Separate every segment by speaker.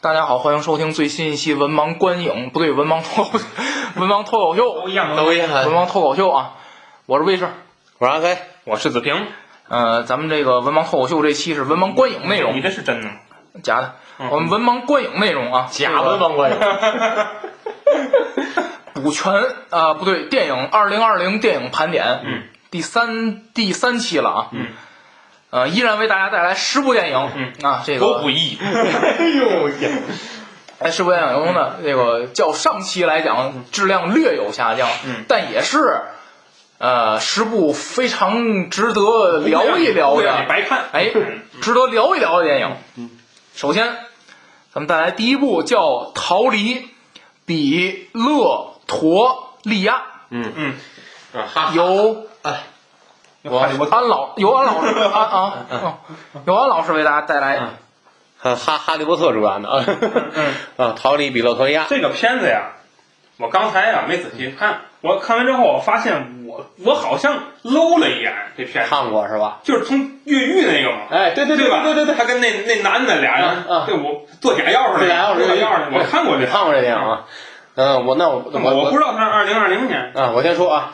Speaker 1: 大家好，欢迎收听最新一期《文盲观影》，不对，《文盲脱文盲脱口秀》
Speaker 2: 都一样，
Speaker 3: 都一样
Speaker 1: 文盲脱口秀啊！我是魏志，
Speaker 3: 我是阿飞，
Speaker 2: 我是子平，
Speaker 1: 呃，咱们这个文盲脱口秀这期是文盲观影内容
Speaker 2: 你，这是真的吗？
Speaker 1: 假的。
Speaker 2: 嗯
Speaker 1: 我们文盲观影内容啊，
Speaker 3: 假文盲观影，
Speaker 1: 补全啊、不对，电影二零二零电影盘点，
Speaker 2: 嗯，
Speaker 1: 第三第三期了啊，
Speaker 2: 嗯，
Speaker 1: 呃，依然为大家带来十部电影，
Speaker 2: 嗯
Speaker 1: 啊，这
Speaker 2: 都
Speaker 1: 个
Speaker 2: 不易。哎呦我天！
Speaker 1: 在十部电影中
Speaker 2: 嗯
Speaker 1: 呢，这个较上期来讲质量略有下降，
Speaker 2: 嗯
Speaker 1: 但也是呃十部非常值得聊一聊
Speaker 2: 不
Speaker 1: 的，
Speaker 2: 让你白看。
Speaker 1: 哎，值得聊一聊的电影。
Speaker 2: 嗯
Speaker 1: 首先，咱们带来第一部叫《逃离比勒陀利亚
Speaker 3: 嗯，
Speaker 2: 嗯，啊哈》，，
Speaker 1: 由
Speaker 3: 哎，
Speaker 1: 我安老由安 老师安啊，嗯由安老师为大家带来
Speaker 2: 嗯。
Speaker 3: 哈哈哈利波特主演的啊，
Speaker 2: 嗯
Speaker 3: 啊，逃离比勒陀利亚，
Speaker 2: 这个片子呀，我刚才呀没仔细看，我看完之后我发现我我好像搂了一眼这片子，
Speaker 3: 看过是吧？
Speaker 2: 就是从越狱那个嘛。
Speaker 3: 哎，对对
Speaker 2: 对
Speaker 3: 吧
Speaker 2: 吧？？对对，他跟那那男的俩人
Speaker 3: 嗯，嗯
Speaker 2: 对我做假钥匙
Speaker 3: 对
Speaker 2: 的，
Speaker 3: 俩钥匙
Speaker 2: 做假钥匙的，我看过这
Speaker 3: 你，看过这电影啊？嗯，我那我
Speaker 2: 我不知道他是二零二零年，
Speaker 3: 啊，我先说啊，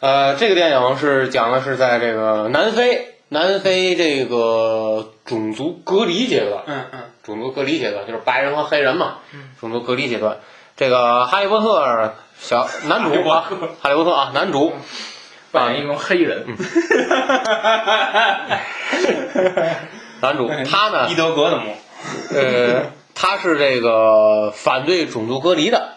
Speaker 3: 呃，这个电影是讲的是在这个南非，南非这个种族隔离阶段，
Speaker 2: 嗯嗯
Speaker 3: 种族隔离阶段就是白人和黑人嘛，种族隔离阶段。这个哈利波特小男主啊， 哈利波特啊，男主
Speaker 1: 扮演一名黑
Speaker 2: 嗯
Speaker 1: 人，
Speaker 3: 男 主 他呢
Speaker 2: 哎伊，德格的墓，
Speaker 3: 呃，他是这个反对种族隔离的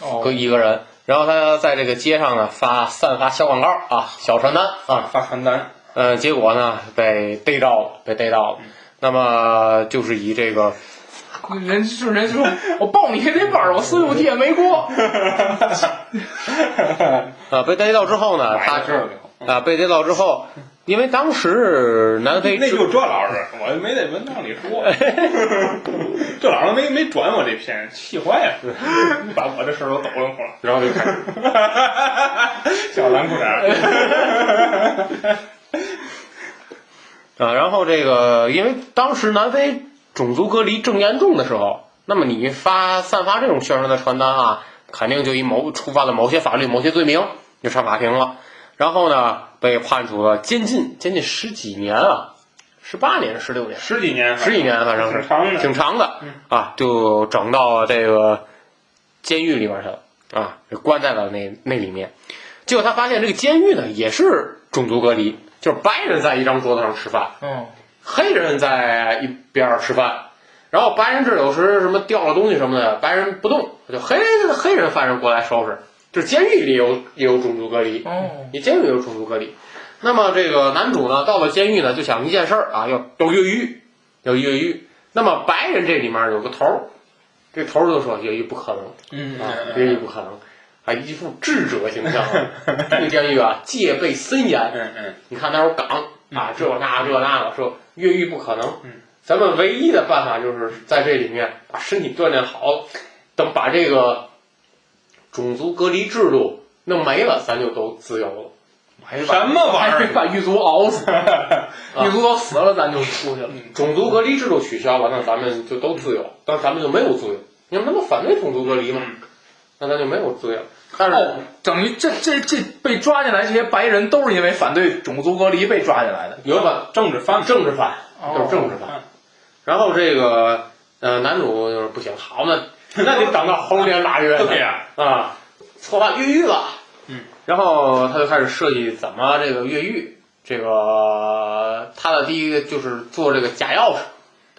Speaker 1: 哦
Speaker 3: 隔，一个人，然后他在这个街上呢发散发小广告啊，小传单啊，
Speaker 2: 发传单，
Speaker 3: 呃，结果呢被逮到了，被逮到了。那么就是以这个
Speaker 1: 人是人说，我报你黑黑本儿，我四六级也没过，
Speaker 3: 呃被逮到之后呢，他
Speaker 2: 白
Speaker 3: 是
Speaker 2: 事儿了
Speaker 3: 啊、被逮到之后，因为当时南非
Speaker 2: 那
Speaker 3: 之
Speaker 2: 就这老师，我没在文章里说，
Speaker 3: 哎
Speaker 2: 这老师没没转我这篇，气坏了， 把我这事儿都抖了会儿，
Speaker 3: 然后就开始
Speaker 2: 小蓝裤衩，
Speaker 3: 啊，然后这个因为当时南非种族隔离正严重的时候，那么你发散发这种宣传的传单啊，肯定就以某触犯了某些法律、某些罪名，就上法庭了。然后呢，被判处了监禁，监禁十几年啊，十八年、十六年。
Speaker 2: 十几年，
Speaker 3: 十几年，反正是
Speaker 2: 挺长的，
Speaker 3: 挺长的
Speaker 2: 嗯
Speaker 3: 啊，就整到这个监狱里面去了啊，就关在了那那里面。结果他发现这个监狱呢也是种族隔离，就是白人在一张桌子上吃饭，
Speaker 1: 嗯，
Speaker 3: 黑人在一边儿吃饭，然后白人这有时什么掉了东西什么的，白人不动，就黑黑人犯人过来收拾。就是监狱里有也有种族隔离，
Speaker 1: 哦，
Speaker 3: 你监狱有种族隔离。那么这个男主呢，到了监狱呢，就想一件事儿啊，要要越狱，要越狱。那么白人这里面有个头儿，这头儿就说越狱不可能
Speaker 2: 嗯
Speaker 3: 啊，越狱不可能啊，一副智者形象啊。这个监狱啊，戒备森严，
Speaker 2: 嗯嗯，
Speaker 3: 你看那有岗啊，这那这那的，说越狱不可能
Speaker 2: 嗯。
Speaker 3: 咱们唯一的办法就是在这里面把身体锻炼好，等把这个种族隔离制度弄没了，咱就都自由了。
Speaker 1: 还是把
Speaker 2: 嗯什么玩意
Speaker 1: 还是
Speaker 3: 哎
Speaker 2: 儿？
Speaker 1: 把狱卒熬死， 狱卒都死了，咱就出去了。
Speaker 3: 种族隔离制度取消了，那咱们就都自由，但咱们就没有自由。你们他妈反对种族隔离嘛？那咱就没有自由。但是、
Speaker 1: 哦，等于这这这被抓进来这些白人都是因为反对种族隔离被抓进来的。
Speaker 3: 有反
Speaker 2: 政治犯，
Speaker 3: 政治犯，
Speaker 1: 哦
Speaker 3: 都是政治犯。
Speaker 2: 嗯
Speaker 3: 然后这个呃，男主就是不行，好嘛，
Speaker 2: 那得等到
Speaker 3: 猴年腊月的
Speaker 2: 对呀
Speaker 3: 啊，策划越狱了。
Speaker 2: 嗯，
Speaker 3: 然后他就开始设计怎么这个越狱。这个他的第一个就是做这个假钥匙，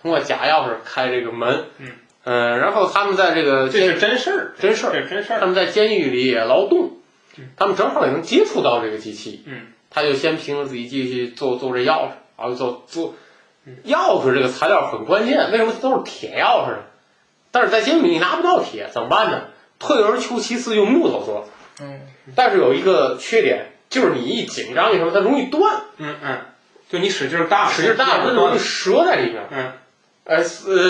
Speaker 3: 通过假钥匙开这个门。
Speaker 2: 嗯
Speaker 3: 呃然后他们在这个
Speaker 2: 这
Speaker 3: 监
Speaker 2: 是真事儿，
Speaker 3: 真事
Speaker 2: 这
Speaker 3: 儿，
Speaker 2: 是真事
Speaker 3: 他
Speaker 2: 儿。
Speaker 3: 们在监狱里也劳动
Speaker 2: 嗯，
Speaker 3: 他们正好也能接触到这个机器。
Speaker 2: 嗯，
Speaker 3: 他就先凭着自己继续做做这钥匙，然后做做
Speaker 2: 嗯
Speaker 3: 钥匙这个材料很关键，为什么都是铁钥匙呢？但是在监狱里你拿不到铁，怎么办呢？退而求其次，用木头做。
Speaker 4: 嗯，
Speaker 3: 但是有一个缺点，就是你一紧张一什么，它容易断，
Speaker 2: 嗯嗯，就你使劲儿大，
Speaker 3: 使劲大，它
Speaker 2: 了，
Speaker 3: 容易折在里面。
Speaker 2: 嗯，
Speaker 3: 呃呃，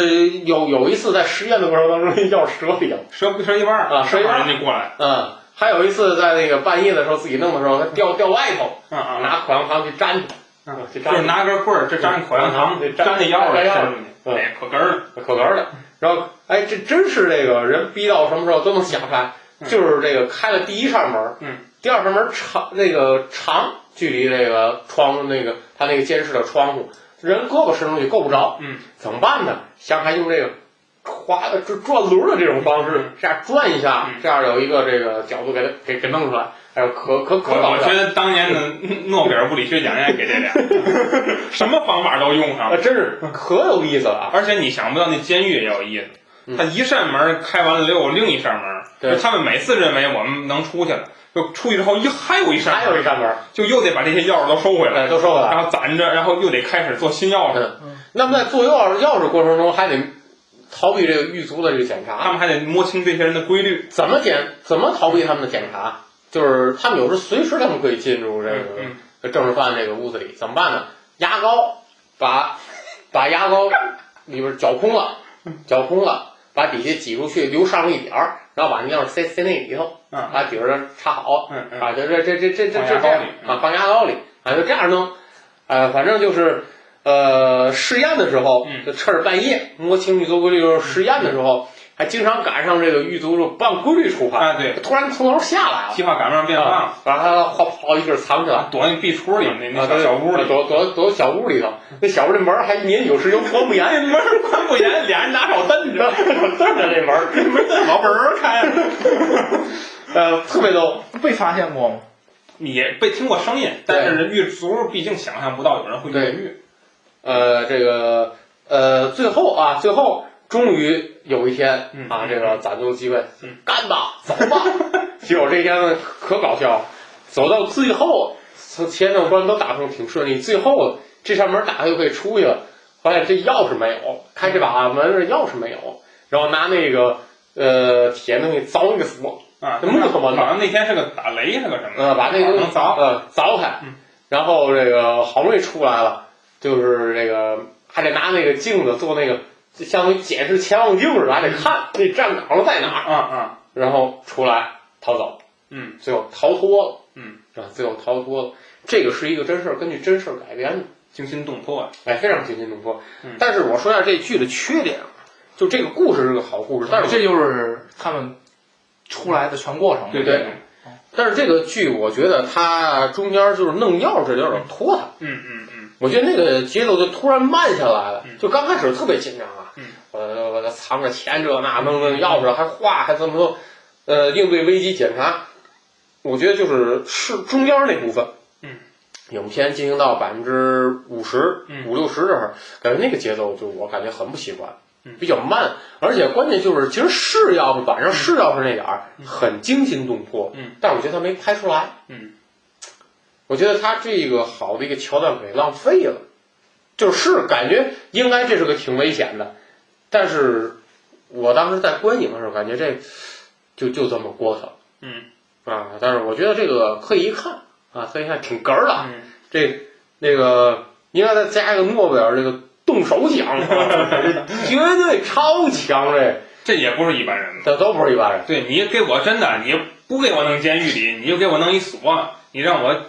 Speaker 3: 有有一次在实验的过程当中， 钥匙折里了。
Speaker 2: 折不折一半儿
Speaker 3: 啊折一半儿
Speaker 2: 正好人家过来，
Speaker 3: 嗯，还有一次在那个半夜的时候自己弄的时候，它掉掉外头，
Speaker 2: 嗯嗯，
Speaker 3: 拿口香糖去粘它，
Speaker 2: 嗯
Speaker 3: 去
Speaker 2: 就
Speaker 3: 粘它
Speaker 2: 是拿根棍儿，这粘口香糖，
Speaker 3: 嗯
Speaker 2: 粘那钥匙
Speaker 3: 粘那钥匙
Speaker 2: 伸进去，哎，破根儿了。
Speaker 3: 可玩的。然后，哎，这真是这个人逼到什么时候都能想出来，
Speaker 2: 嗯
Speaker 3: 就是这个开了第一扇门，
Speaker 2: 嗯，
Speaker 3: 第二扇门长，那个长距离这个窗那个他那个监视的窗户，人胳膊伸出去够不着，
Speaker 2: 嗯，
Speaker 3: 怎么办呢？想还用这个滑这转轮的这种方式
Speaker 2: 嗯，
Speaker 3: 这样转一下
Speaker 2: 嗯，
Speaker 3: 这样有一个这个角度给它给给弄出来，哎呦，可可
Speaker 2: 我
Speaker 3: 可搞
Speaker 2: 我
Speaker 3: 笑
Speaker 2: 觉，得当年的诺贝尔物理学奖应该给 这俩，什么方法都用上
Speaker 3: 啊，。真是可有意思了啊！
Speaker 2: 而且你想不到那监狱也有意思，
Speaker 3: 嗯
Speaker 2: 他一扇门开完了，又有另一扇门。
Speaker 3: 对
Speaker 2: 就他们每次认为我们能出去了，就出去之后一还有一扇门，
Speaker 3: 还有一扇门，
Speaker 2: 就又得把这些钥匙都收回来，
Speaker 3: 哎，都收回来。
Speaker 2: 然后攒着，然后又得开始做新钥匙。
Speaker 3: 嗯，那么在做钥匙钥匙过程中，还得逃避这个狱卒的这个检
Speaker 2: 他
Speaker 3: 查。
Speaker 2: 们还得摸清这些人的规律。
Speaker 3: 怎么检？怎么逃避他们的检查？就是他们有时候随时他们可以进入这
Speaker 2: 嗯
Speaker 3: 个
Speaker 2: 嗯，
Speaker 3: 这政治犯这个屋子里，怎么办呢？牙膏，把把牙膏里边搅空了，搅空了，把底下挤出去，留上面一点儿，然后把那钥匙塞塞那里头，
Speaker 2: 嗯
Speaker 3: 把底儿插好，
Speaker 2: 嗯嗯
Speaker 3: 啊，就这这这这这
Speaker 2: 放
Speaker 3: 这这
Speaker 2: 牙膏
Speaker 3: 样
Speaker 2: 里
Speaker 3: 啊，放牙膏里啊，就这样弄。呃，反正就是，呃，试验的时候，
Speaker 2: 嗯
Speaker 3: 就趁着半夜摸清狱卒规律，就是试验的时候，还经常赶上这个狱卒就不按规律处罚，
Speaker 2: 啊对，
Speaker 3: 突然从楼下来了，
Speaker 2: 计划赶不上变化
Speaker 3: 啊，把他跑跑一个藏起来。
Speaker 2: 了，啊躲那壁橱里那
Speaker 3: 啊
Speaker 2: 那小小屋里，嗯
Speaker 3: 躲躲躲小屋里头，那小屋这门儿还粘有时有关不严，
Speaker 2: 哎，门儿关不严，俩人拿手蹬着，
Speaker 3: 瞪着 这门儿，
Speaker 2: 门 怎么门儿开了？
Speaker 3: 呃，特别逗。
Speaker 4: 被发现过吗？
Speaker 2: 你被听过声音，但是人狱卒毕竟想象不到有人会越狱。
Speaker 3: 呃，这个呃，最后啊，最后终于有一天
Speaker 2: 嗯
Speaker 3: 啊，
Speaker 2: 嗯
Speaker 3: 这个攒足机会
Speaker 2: 嗯，
Speaker 3: 干吧，走 吧。结果这一天呢，可搞笑，走到最后，前两关都打通挺顺利，最后这扇门打开就可以出去了，发现这钥匙没有，开这把门的钥匙没有，然后拿那个呃铁东西凿那个锁，
Speaker 2: 啊，
Speaker 3: 那木头嘛
Speaker 2: 好像那天是个打雷，是个什么？
Speaker 3: 呃，把那个
Speaker 2: 能凿
Speaker 3: 呃凿开
Speaker 2: 嗯，
Speaker 3: 然后这个好不容易出来了，就是这个还得拿那个镜子做那个，就相当于检视潜望镜似的，还
Speaker 2: 嗯
Speaker 3: 得看那站岗在哪儿，
Speaker 2: 啊啊，
Speaker 3: 然后出来逃走，
Speaker 2: 嗯
Speaker 3: 最后逃脱了，
Speaker 2: 嗯，
Speaker 3: 啊，最后逃脱了，这个是一个真事儿，根据真事儿改编的，
Speaker 2: 惊心动魄啊！
Speaker 3: 哎，非常惊心动魄
Speaker 2: 嗯。
Speaker 3: 但是我说一下这剧的缺点啊，就这个故事是个好故事，但是我
Speaker 4: 这就是他们出来的全过程。
Speaker 2: 对
Speaker 3: 对
Speaker 2: 对，
Speaker 3: 但是这个剧我觉得它中间就是弄钥匙有点拖沓。
Speaker 2: 嗯嗯嗯，
Speaker 3: 我觉得那个节奏就突然慢下来了
Speaker 2: 嗯，
Speaker 3: 就刚开始特别紧张啊，
Speaker 2: 嗯
Speaker 3: 我我我藏着钱这那弄弄钥匙还画还怎么弄，呃，应对危机检查，我觉得就是是中间那部分，
Speaker 2: 嗯，
Speaker 3: 影片进行到百分之五十
Speaker 2: 嗯
Speaker 3: 五六十这会儿，感觉那个节奏就我感觉很不习惯
Speaker 2: 嗯，
Speaker 3: 比较慢，而且关键就是其实是钥匙晚上是钥匙那点儿
Speaker 2: 嗯
Speaker 3: 很惊心动魄，
Speaker 2: 嗯，
Speaker 3: 但我觉得他没拍出来，
Speaker 2: 嗯，
Speaker 3: 我觉得他这个好的一个桥段给浪费了，就是感觉应该这是个挺危险的，但是我当时在观影的时候感觉这就就这么过去了，
Speaker 2: 嗯
Speaker 3: 啊，但是我觉得这个可以一看啊，可以看挺哏儿的，
Speaker 2: 嗯
Speaker 3: 这那个应该再加一个诺贝尔这个动手奖，啊绝对超强这，
Speaker 2: 这也不是一般人的。
Speaker 3: 这都不是一般人。
Speaker 2: 对你给我真的，你不给我弄监狱里，你就给我弄一锁，你让我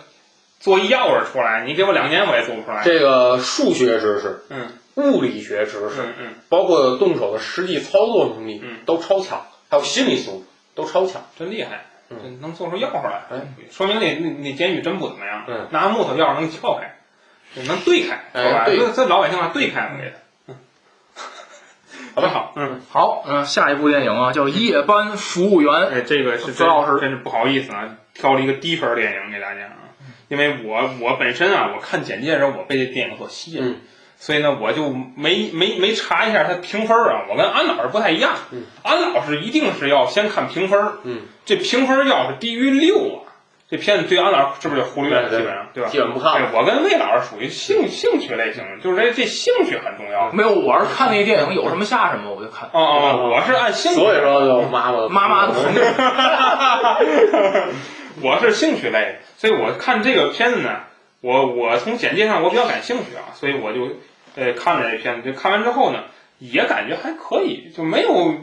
Speaker 2: 做一钥匙出来，你给我两年我也做不出来。
Speaker 3: 这个数学知识、
Speaker 2: 嗯
Speaker 3: 物理学知识，
Speaker 2: 嗯嗯，
Speaker 3: 包括动手的实际操作能力
Speaker 2: 嗯，
Speaker 3: 都超强，还有心理素质都超强。
Speaker 2: 真厉害，
Speaker 3: 嗯
Speaker 2: 这能做出钥匙来，
Speaker 3: 哎
Speaker 2: 说明那那那监狱真不怎么样。
Speaker 3: 嗯
Speaker 2: 拿木头钥匙能撬开，能对开，
Speaker 3: 哎
Speaker 2: 是吧？
Speaker 3: 对嗯
Speaker 2: 这这老百姓还对开了给他。好 吧，好，嗯，
Speaker 4: 好，嗯、下一部电影啊叫《夜班服务员》。
Speaker 2: 哎，这个是
Speaker 4: 周老师
Speaker 2: 真是不好意思啊，挑了一个低分儿电影给大家啊，
Speaker 3: 嗯
Speaker 2: 因为我我本身啊，我看简介的时候我被这电影所吸引，
Speaker 3: 嗯
Speaker 2: 所以呢，我就没没没查一下它评分儿啊，我跟安老师不太一样，
Speaker 3: 嗯
Speaker 2: 安老师一定是要先看评分儿，
Speaker 3: 嗯，
Speaker 2: 这评分儿要是低于六啊。这片子对安老师是不是就忽略了？基
Speaker 3: 对对
Speaker 2: 本上对吧？
Speaker 3: 基本不看了
Speaker 2: 对我跟魏老师属于兴兴趣类型的，就是这这兴趣很重要。
Speaker 3: 嗯
Speaker 4: 没有，我是看那电影有什么下什么，我就看。
Speaker 2: 哦哦，我是按兴趣
Speaker 3: 所以说就妈妈
Speaker 4: 妈妈的朋友，
Speaker 2: 我是兴趣类的，所以我看这个片子呢，我我从简介上我比较感兴趣啊，所以我就呃看了这片子，就看完之后呢，也感觉还可以，就没有，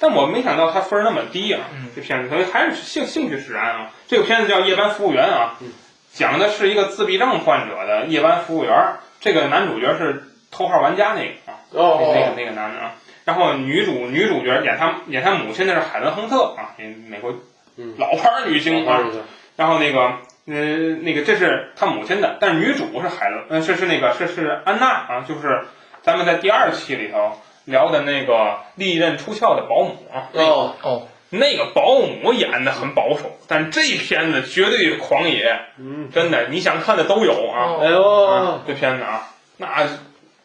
Speaker 2: 但我没想到它分儿那么低啊，
Speaker 4: 嗯
Speaker 2: 这片子，所以还是兴兴趣使然啊。这个片子叫《夜班服务员》啊，
Speaker 3: 嗯
Speaker 2: 讲的是一个自闭症患者的夜班服务员儿，这个男主角是头号玩家那个啊。
Speaker 3: 哦
Speaker 2: 那个那个男的啊。然后女主女主角演她演她母亲的是海伦亨特啊，美国
Speaker 3: 嗯
Speaker 2: 老牌儿女星啊。
Speaker 3: 嗯
Speaker 2: 然后那个呃那个这是她母亲的，但是女主是海伦呃是是那个是是安娜啊，就是咱们在第二期里头聊的那个历任出校的保姆啊。
Speaker 3: 哦
Speaker 4: 哦，
Speaker 2: 那个保姆演的很保守，但这片子绝对狂野，
Speaker 3: 嗯
Speaker 2: 真的，你想看的都有啊。
Speaker 4: 哦
Speaker 3: 哎
Speaker 2: 啊
Speaker 3: 呦，
Speaker 2: 这片子啊，那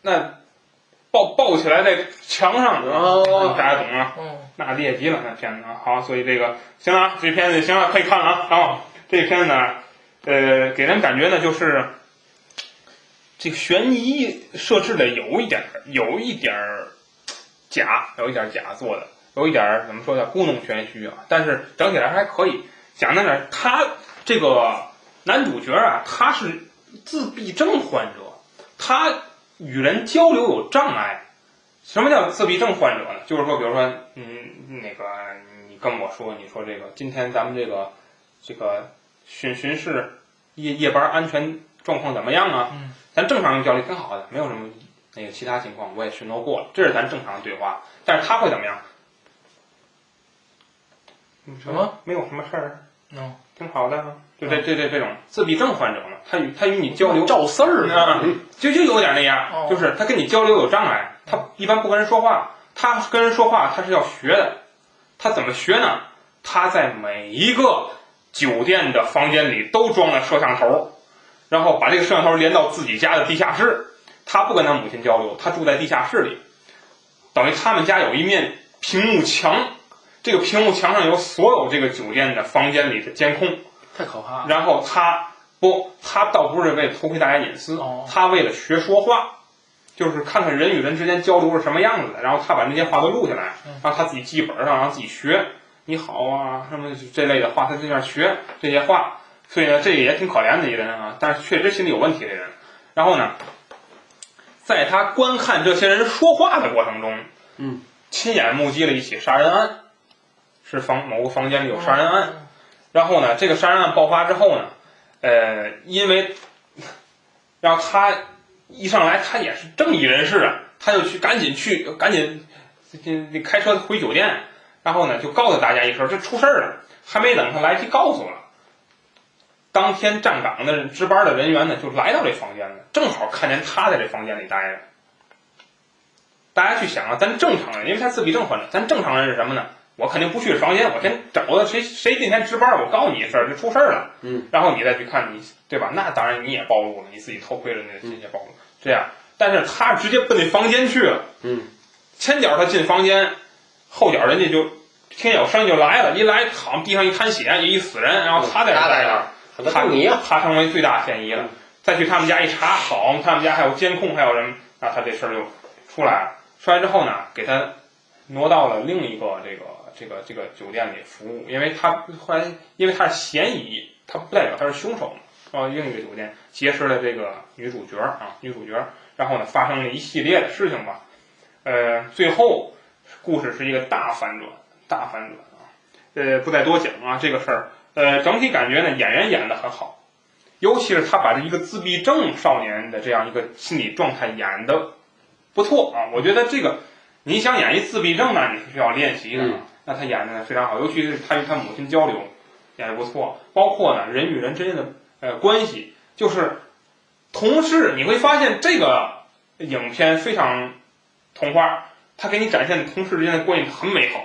Speaker 2: 那抱抱起来在墙上，啊
Speaker 3: 哦
Speaker 2: 大家懂啊，
Speaker 4: 哦，
Speaker 2: 那烈极了那片子啊。好，所以这个行了啊，这片子行了，可以看了啊。然后这片子呢，呃，给人感觉呢就是这个悬疑设置的有一点儿有一点儿假，有一点儿假做的，有一点儿怎么说叫故弄玄虚啊。但是整体来说还可以。讲的呢，他这个男主角啊，他是自闭症患者，他与人交流有障碍。什么叫自闭症患者呢？就是说，比如说，嗯，那个你跟我说，你说这个今天咱们这个这个巡巡视夜夜班安全状况怎么样啊？
Speaker 4: 嗯
Speaker 2: 咱正常人交流挺好的，没有什么那个其他情况，我也巡逻过了，这是咱正常的对话。但是他会怎么样？嗯
Speaker 4: 什么？
Speaker 2: 没有什么事儿啊。
Speaker 1: 哦
Speaker 4: 嗯，
Speaker 2: 挺好的啊，就这这这这种自闭症患者嘛，他与他与你交流，
Speaker 3: 赵四儿呢？
Speaker 2: 啊，就就有点那样
Speaker 4: 哦，
Speaker 2: 就是他跟你交流有障碍，他一般不跟人说话，他跟人说话他是要学的，他怎么学呢？他在每一个酒店的房间里都装了摄像头，然后把这个摄像头连到自己家的地下室，他不跟他母亲交流，他住在地下室里，等于他们家有一面屏幕墙，这个屏幕墙上有所有这个酒店的房间里的监控。
Speaker 4: 太可怕了。
Speaker 2: 然后他不，他倒不是为了偷窥大家隐私，
Speaker 4: 哦
Speaker 2: 他为了学说话，就是看看人与人之间交流是什么样子的，然后他把那些话都录下来
Speaker 4: 嗯，
Speaker 2: 然后他自己记本上，然后自己学。你好啊，什么这类的话，他在那儿学这些话，所以呢，这也挺可怜的一个人啊，但是确实心里有问题的人。然后呢，在他观看这些人说话的过程中，
Speaker 3: 嗯，
Speaker 2: 亲眼目击了一起杀人案，是房某个房间里
Speaker 4: 哦
Speaker 2: 有杀人案，然后呢，这个杀人案爆发之后呢，呃，因为， 然后他一上来他也是正义人士啊，他就去赶紧去赶紧，这开车回酒店，然后呢就告诉大家一声，这出事儿了，还没等他来得及告诉我，当天站岗的人值班的人员呢就来到这房间了，正好看见他在这房间里待着。大家去想啊，咱正常人，因为他自闭症患者，咱正常人是什么呢？我肯定不去房间，我先找他，谁谁今天值班，我告诉你一声，就出事儿了。
Speaker 3: 嗯，
Speaker 2: 然后你再去看你，对吧？那当然你也暴露了，你自己偷窥了，那也暴露了。这样，但是他直接奔那房间去了，
Speaker 3: 嗯，
Speaker 2: 前脚他进房间，后脚人家就听见有声音就来了，一来躺地上一滩血，一死人，然后嗯他在那儿待着。
Speaker 3: 他跟你一样，
Speaker 2: 他成为最大嫌疑了
Speaker 3: 嗯。
Speaker 2: 再去他们家一查，好，他们家还有监控，还有人，那他这事儿就出来了。出来之后呢，给他挪到了另一个这个这个这个酒店里服务，因为他后来因为他是嫌疑，他不代表他是凶手嘛。然后另一个酒店结识了这个女主角啊，女主角，然后呢发生了一系列的事情吧。呃，最后故事是一个大反转，大反转啊。呃，不再多讲啊，这个事儿。呃，整体感觉呢，演员演得很好，尤其是他把这一个自闭症少年的这样一个心理状态演得不错啊。我觉得这个你想演一自闭症呢，你是需要练习的啊。
Speaker 3: 嗯
Speaker 2: 那他演的非常好，尤其是他与他母亲交流演得不错，包括呢人与人之间的呃关系，就是同事，你会发现这个影片非常童话，他给你展现的同事之间的关系很美好，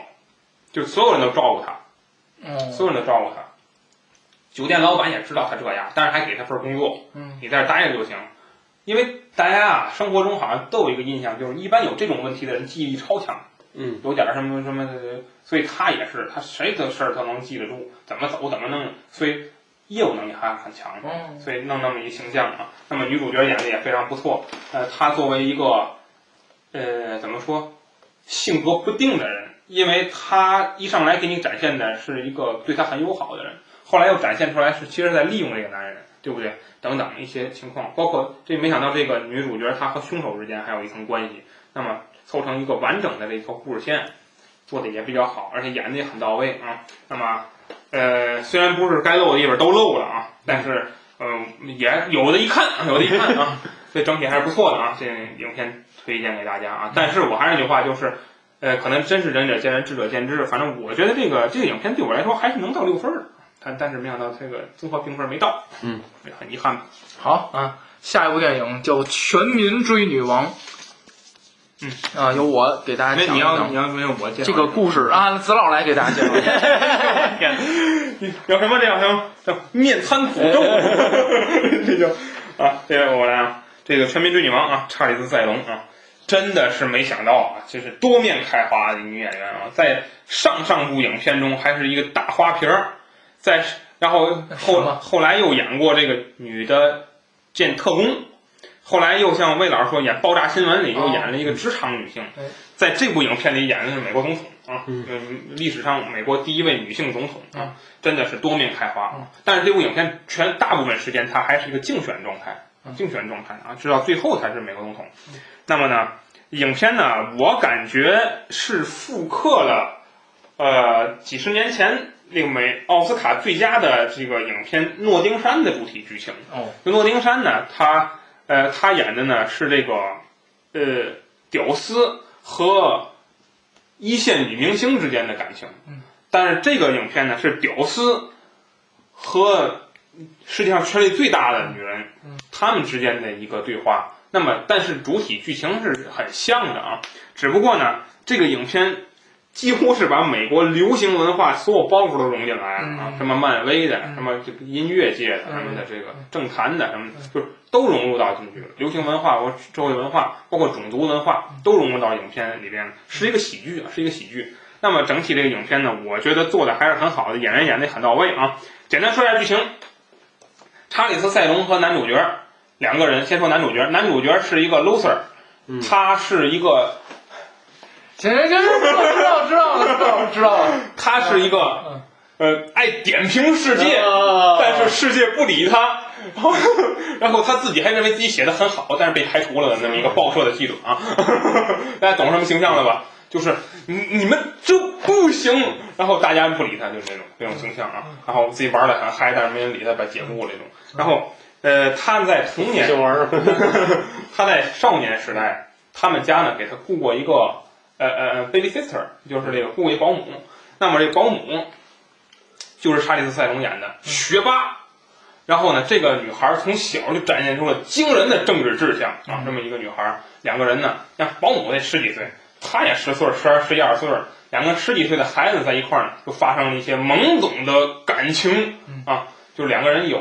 Speaker 2: 就所有人都照顾他，
Speaker 4: 嗯
Speaker 1: 哦
Speaker 2: 所有人都照顾他。酒店老板也知道他这样，但是还给他份工作，
Speaker 4: 嗯
Speaker 2: 你在这儿待着就行。因为大家啊，生活中好像都有一个印象，就是一般有这种问题的人记忆力超强，
Speaker 3: 嗯
Speaker 2: 有点儿什么什么，所以他也是，他谁的事儿他能记得住，怎么走怎么弄，所以业务能力还是很强的。
Speaker 4: 嗯
Speaker 2: 所以弄那么一形象啊。那么女主角演的也非常不错，呃，她作为一个，呃，怎么说，性格不定的人，因为她一上来给你展现的是一个对她很友好的人，后来又展现出来是其实在利用这个男人，对不对？等等一些情况，包括这没想到这个女主角她和凶手之间还有一层关系，那么凑成一个完整的这条故事线，做的也比较好，而且演的也很到位啊。那么。呃，虽然不是该露的地方都露了啊，但是嗯，也有的一看， 有的一看啊，所以整体还是不错的啊。这影片推荐给大家啊。但是我还是那句话，就是，呃，可能真是仁者见仁，智者见智。反正我觉得这个这个影片对我来说还是能到六分儿的，但但是没想到这个综合评分没到，
Speaker 3: 嗯，
Speaker 2: 很遗憾吧。
Speaker 4: 好啊，下一部电影叫《全民追女王》。
Speaker 2: 嗯
Speaker 4: 啊，由我给大家
Speaker 2: 那
Speaker 4: 讲
Speaker 2: 你
Speaker 4: 一
Speaker 2: 要
Speaker 4: 讲
Speaker 2: 你要没有我介绍
Speaker 4: 这个故事，啊，子老来给大家介绍一 下。
Speaker 2: 天， 你有什么这样什么叫面瘫苦肉，这就啊，这个我来啊，这个《全民追女王》啊，查理兹·塞隆啊，真的是没想到啊，就是多面开花的女演员啊，在上上部影片中还是一个大花瓶儿，在然后后
Speaker 4: 什么
Speaker 2: 后来又演过这个女的见特工。后来又像魏老师说，演《爆炸新闻》里
Speaker 4: 哦
Speaker 2: 又演了一
Speaker 4: 嗯
Speaker 2: 个职场女性
Speaker 4: 对，
Speaker 2: 在这部影片里演的是美国总统啊，
Speaker 3: 嗯
Speaker 2: 嗯，历史上美国第一位女性总统
Speaker 4: 嗯
Speaker 2: 啊，真的是多面开花
Speaker 4: 嗯
Speaker 2: 啊。但是这部影片全大部分时间它还是一个竞选状态
Speaker 4: 嗯，
Speaker 2: 竞选状态啊，直到最后才是美国总统。那么呢，影片呢，我感觉是复刻了呃几十年前那个美奥斯卡最佳的这个影片《诺丁山》的主题剧情。
Speaker 4: 哦，
Speaker 2: 这诺丁山呢，他呃，他演的呢是这个呃屌丝和一线女明星之间的感情
Speaker 4: 嗯，
Speaker 2: 但是这个影片呢是屌丝和世界上权力最大的女人
Speaker 4: 嗯，
Speaker 2: 她们之间的一个对话。那么，但是主体剧情是很像的啊，只不过呢，这个影片几乎是把美国流行文化所有包袱都融进来了啊，
Speaker 4: 嗯
Speaker 2: 什么漫威的，
Speaker 4: 嗯
Speaker 2: 什么这个音乐界的，
Speaker 4: 嗯
Speaker 2: 什么的这个
Speaker 4: 嗯
Speaker 2: 政坛的什么的
Speaker 4: 嗯，
Speaker 2: 就是都融入到进去了。流行文化、包括社会文化，包括种族文化，
Speaker 4: 嗯
Speaker 2: 都融入到影片里边了，是一个喜剧啊，是一个喜剧。那么整体这个影片呢，我觉得做的还是很好的，演员演的很到位啊。简单说一下剧情：查理斯·塞隆和男主角两个人，先说男主角，男主角是一个 loser，
Speaker 3: 嗯
Speaker 2: 他是一个
Speaker 4: 行行行，知道知道知道知道了。
Speaker 2: 他是一个
Speaker 4: 嗯
Speaker 2: 呃爱点评世界，
Speaker 3: 啊
Speaker 2: 但是世界不理他， 然后然后他自己还认为自己写的很好，但是被排除了的那么一个报社的记者啊， 大家懂什么形象了吧？就是你你们这不行，然后大家不理他，就是这种这种形象啊。然后自己玩的很嗨，但是没人理他，把解雇了这种。然后呃，他在童年
Speaker 3: 这玩意儿，
Speaker 2: 他在少年时代，他们家呢给他雇过一个呃呃呃 baby sister，就是这个雇过一保姆。那么这保姆就是查理斯·塞隆演的学霸。然后呢，这个女孩从小就展现出了惊人的政治志向啊，这么一个女孩，两个人呢，像保姆得十几岁，她也十岁、十二、十一二岁，两个十几岁的孩子在一块儿呢，就发生了一些懵懂的感情啊，就两个人有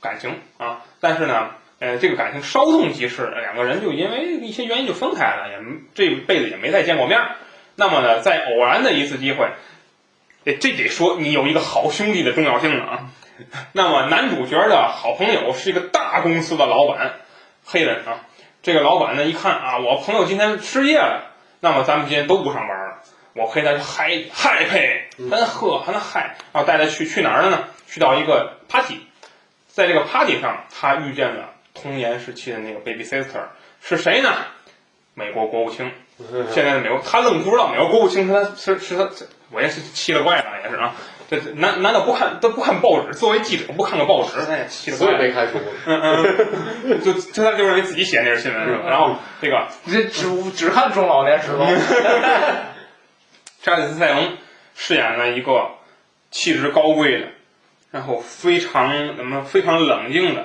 Speaker 2: 感情啊，但是呢，呃，这个感情稍纵即逝，两个人就因为一些原因就分开了，也这辈子也没再见过面儿。那么呢，在偶然的一次机会，这这得说你有一个好兄弟的重要性了啊。那么男主角的好朋友是一个大公司的老板，黑人啊。这个老板呢一看啊，我朋友今天失业了，那么咱们今天都不上班了，我陪他去嗨嗨配，咱喝还能嗨，然后带他去去哪儿了呢？去到一个 party，在这个 party 上，他遇见了童年时期的那个 baby sister 是谁呢？美国国务卿。现在的美国，他愣不知道美国国务卿是他是是他，这我也是奇了怪了，也是啊。这这难难道不看都不看报纸？作为记者不看个报纸，那也哎奇了怪
Speaker 3: 所以
Speaker 2: 了。
Speaker 3: 被开除了。
Speaker 2: 嗯嗯，就就他就认为自己写的那是新闻，是吧然后这个
Speaker 4: 你这只只看中老年时候。
Speaker 2: 查理斯·塞隆饰演了一个气质高贵的，然后非常怎么说非常冷静的，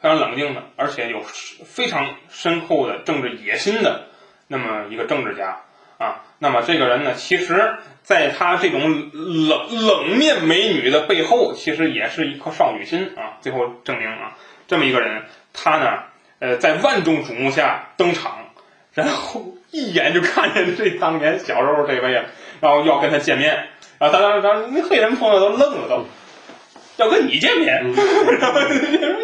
Speaker 2: 非常冷静的，而且有非常深厚的政治野心的那么一个政治家。啊。那么这个人呢，其实在他这种冷冷面美女的背后，其实也是一颗少女心啊。最后证明啊，这么一个人，他呢，呃，在万众瞩目下登场，然后一眼就看见这当年小时候这位了，然后要跟他见面啊。当当当，那黑人朋友都愣了都。要跟你见面， 然后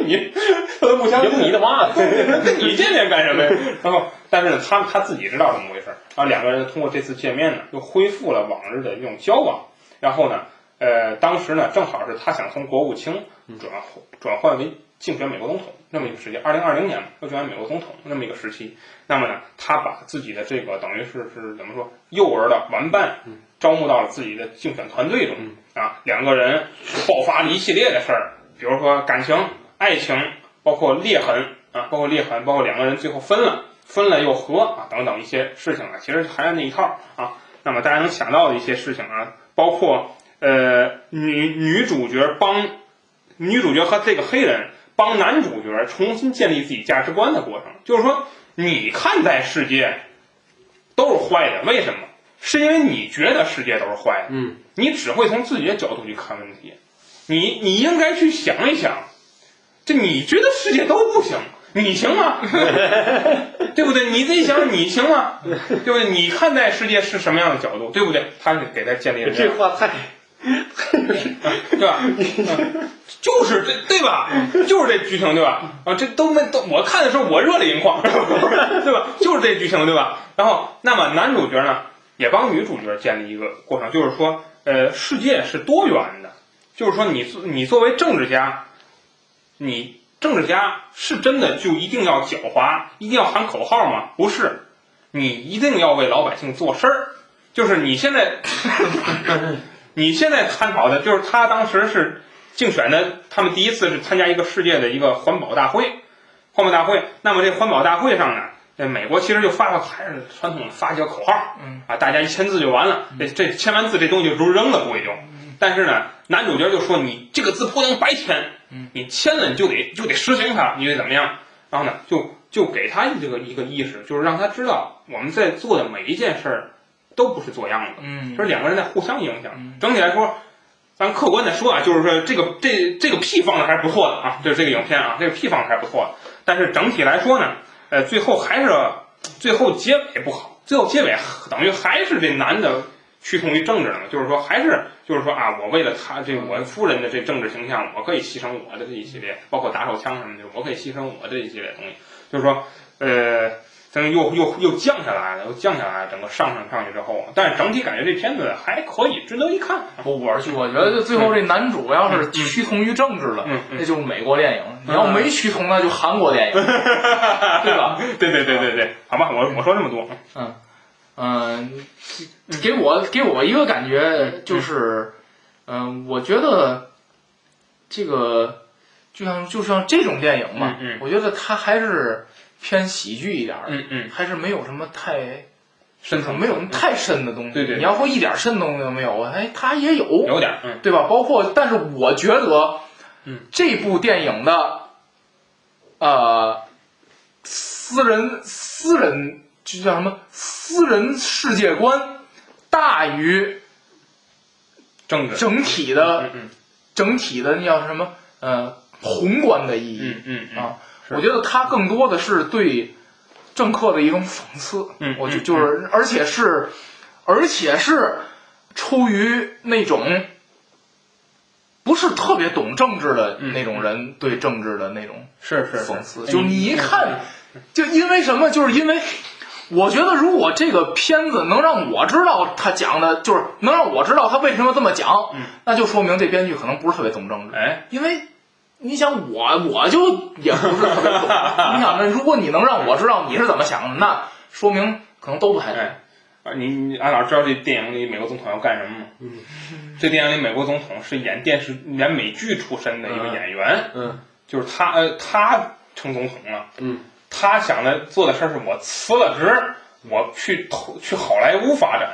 Speaker 2: 你他都不相信
Speaker 3: 赢嗯你的妈！
Speaker 2: 跟你见面干什么呀？ 然后，但是呢，他他自己知道怎么回事儿。然后两个人通过这次见面呢，又恢复了往日的那种交往。然后呢，呃，当时呢，正好是他想从国务卿
Speaker 3: 嗯
Speaker 2: 转转换为竞选美国总统那么一个时期，二零二零年嘛，要竞选美国总统那么一个时期。那么呢，他把自己的这个等于是是怎么说幼儿的玩伴，招募到了自己的竞选团队中啊。两个人爆发了一系列的事儿，比如说感情、爱情，包括裂痕啊，包括裂痕，包括两个人最后分了，分了又和啊，等等一些事情啊，其实还是那一套啊。那么大家能想到的一些事情啊，包括呃女女主角帮女主角和这个黑人帮男主角重新建立自己价值观的过程，就是说你看待世界都是坏的，为什么？是因为你觉得世界都是坏的，
Speaker 3: 嗯，
Speaker 2: 你只会从自己的角度去看问题，你你应该去想一想，这你觉得世界都不行，你行吗？ 对不对？你得想你行吗？对不对？你看待世界是什么样的角度，对不对？他是给他建立了
Speaker 3: 这
Speaker 2: 样
Speaker 3: 话太，
Speaker 2: 对吧？ 嗯就是这对吧？就是这剧情对吧？啊，这都没都我看的时候我热泪盈眶， 对吧？就是这剧情对吧？然后那么男主角呢，也帮女主角建立一个过程，就是说，呃，世界是多元的，就是说你作你作为政治家，你政治家是真的就一定要狡猾，一定要喊口号吗？不是，你一定要为老百姓做事儿。就是你现在， 你现在探讨的就是他当时是竞选的，他们第一次是参加一个世界的一个环保大会，环保大会。那么这环保大会上呢，这美国其实就发了还是传统的发几个口号，
Speaker 1: 嗯
Speaker 2: 啊，大家一签字就完了，这这签完字这东西就扔了，估计就。但是呢，男主角就说你这个字不能白签
Speaker 1: 嗯，
Speaker 2: 你签了你就得就得实行它，你得怎么样？然后呢，就就给他这个一个意识，就是让他知道我们在做的每一件事儿都不是做样子。
Speaker 1: 嗯
Speaker 2: 就是两个人在互相影响
Speaker 1: 嗯。
Speaker 2: 整体来说，咱客观的说啊，就是说这个这这个 P 放的还是不错的啊，就是这个影片啊，这个 P 放的还是不错的。但是整体来说呢，呃，最后还是最后结尾不好，最后结尾啊等于还是这男的趋同于政治了嘛，就是说还是就是说啊，我为了他这我夫人的这政治形象，我可以牺牲我的这一系列，包括打手枪什么的，我可以牺牲我这一系列东西，就是说呃。等于又又又降下来了，又降下来了，整个上升上去之后，但是整体感觉这片子还可以，值得一看。
Speaker 1: 我我是我觉得最后这男主要是趋同于政治了，
Speaker 2: 嗯
Speaker 1: 那就是美国电影；你要
Speaker 4: 嗯
Speaker 1: 没趋同，那就韩 国电影，对吧？
Speaker 2: 对对对对对，好吧，我我说这么多，
Speaker 1: 嗯，给我给我一个感觉就是，嗯，我觉得这个就像就像这种电影嘛
Speaker 2: 嗯嗯，
Speaker 1: 我觉得它还是偏喜剧一点儿的，
Speaker 2: 嗯嗯，
Speaker 1: 还是没有什么太
Speaker 2: 深层
Speaker 1: 没有什么太深的东西。
Speaker 2: 对对对
Speaker 1: 你要说一点深的东西都没有，哎，它也有，
Speaker 2: 有点儿，嗯
Speaker 1: 对吧？包括，但是我觉得，
Speaker 2: 嗯，
Speaker 1: 这部电影的，呃，私人私人就叫什么私人世界观大于
Speaker 2: 政治，
Speaker 1: 整体的
Speaker 2: 嗯嗯
Speaker 1: 整体的那叫什么呃宏观的意义。
Speaker 2: 嗯嗯嗯，
Speaker 1: 啊，我觉得它更多的是对政客的一种讽刺。
Speaker 2: 嗯
Speaker 1: 我就
Speaker 2: 嗯
Speaker 1: 就是，而且是，而且是出于那种不是特别懂政治的那种人对政治的那种
Speaker 2: 是是
Speaker 1: 讽刺。
Speaker 2: 嗯是，嗯
Speaker 1: 就你一看，就因为什么？就是因为。我觉得，如果这个片子能让我知道他讲的，就是能让我知道他为什么这么讲，
Speaker 2: 嗯
Speaker 1: 那就说明这编剧可能不是特别懂政治。
Speaker 2: 哎，
Speaker 1: 因为你想我，我就也不是特别懂。你想，那如果你能让我知道你是怎么想的，那说明可能都不太
Speaker 2: 哎
Speaker 1: 对。
Speaker 2: 啊你你安老师知道这电影里美国总统要干什么吗？
Speaker 3: 嗯，
Speaker 2: 这电影里美国总统是演电视演美剧出身的一个
Speaker 3: 嗯
Speaker 2: 演员，
Speaker 3: 嗯
Speaker 2: 就是他呃他成总统了。
Speaker 3: 嗯，
Speaker 2: 他想的做的事儿是我辞了职，我去投去好莱坞发展。